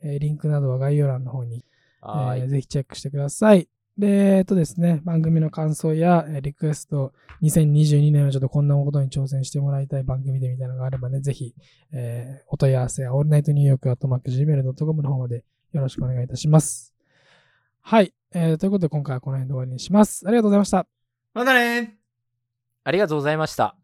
Speaker 1: えーリンクなどは概要欄の方に
Speaker 3: は
Speaker 1: えー
Speaker 3: い。
Speaker 1: ぜひチェックしてください。で、えっとですね、番組の感想や、えーリクエスト、2022年はちょっとこんなことに挑戦してもらいたい番組でみたいなのがあればね、ぜひ、えーお問い合わせや、オールナイトニューヨーク、アットマーク、gmail.com の方までよろしくお願いいたします。はい。えーということで、今回はこの辺で終わりにします。ありがとうございました。
Speaker 2: またねー
Speaker 3: ありがとうございました。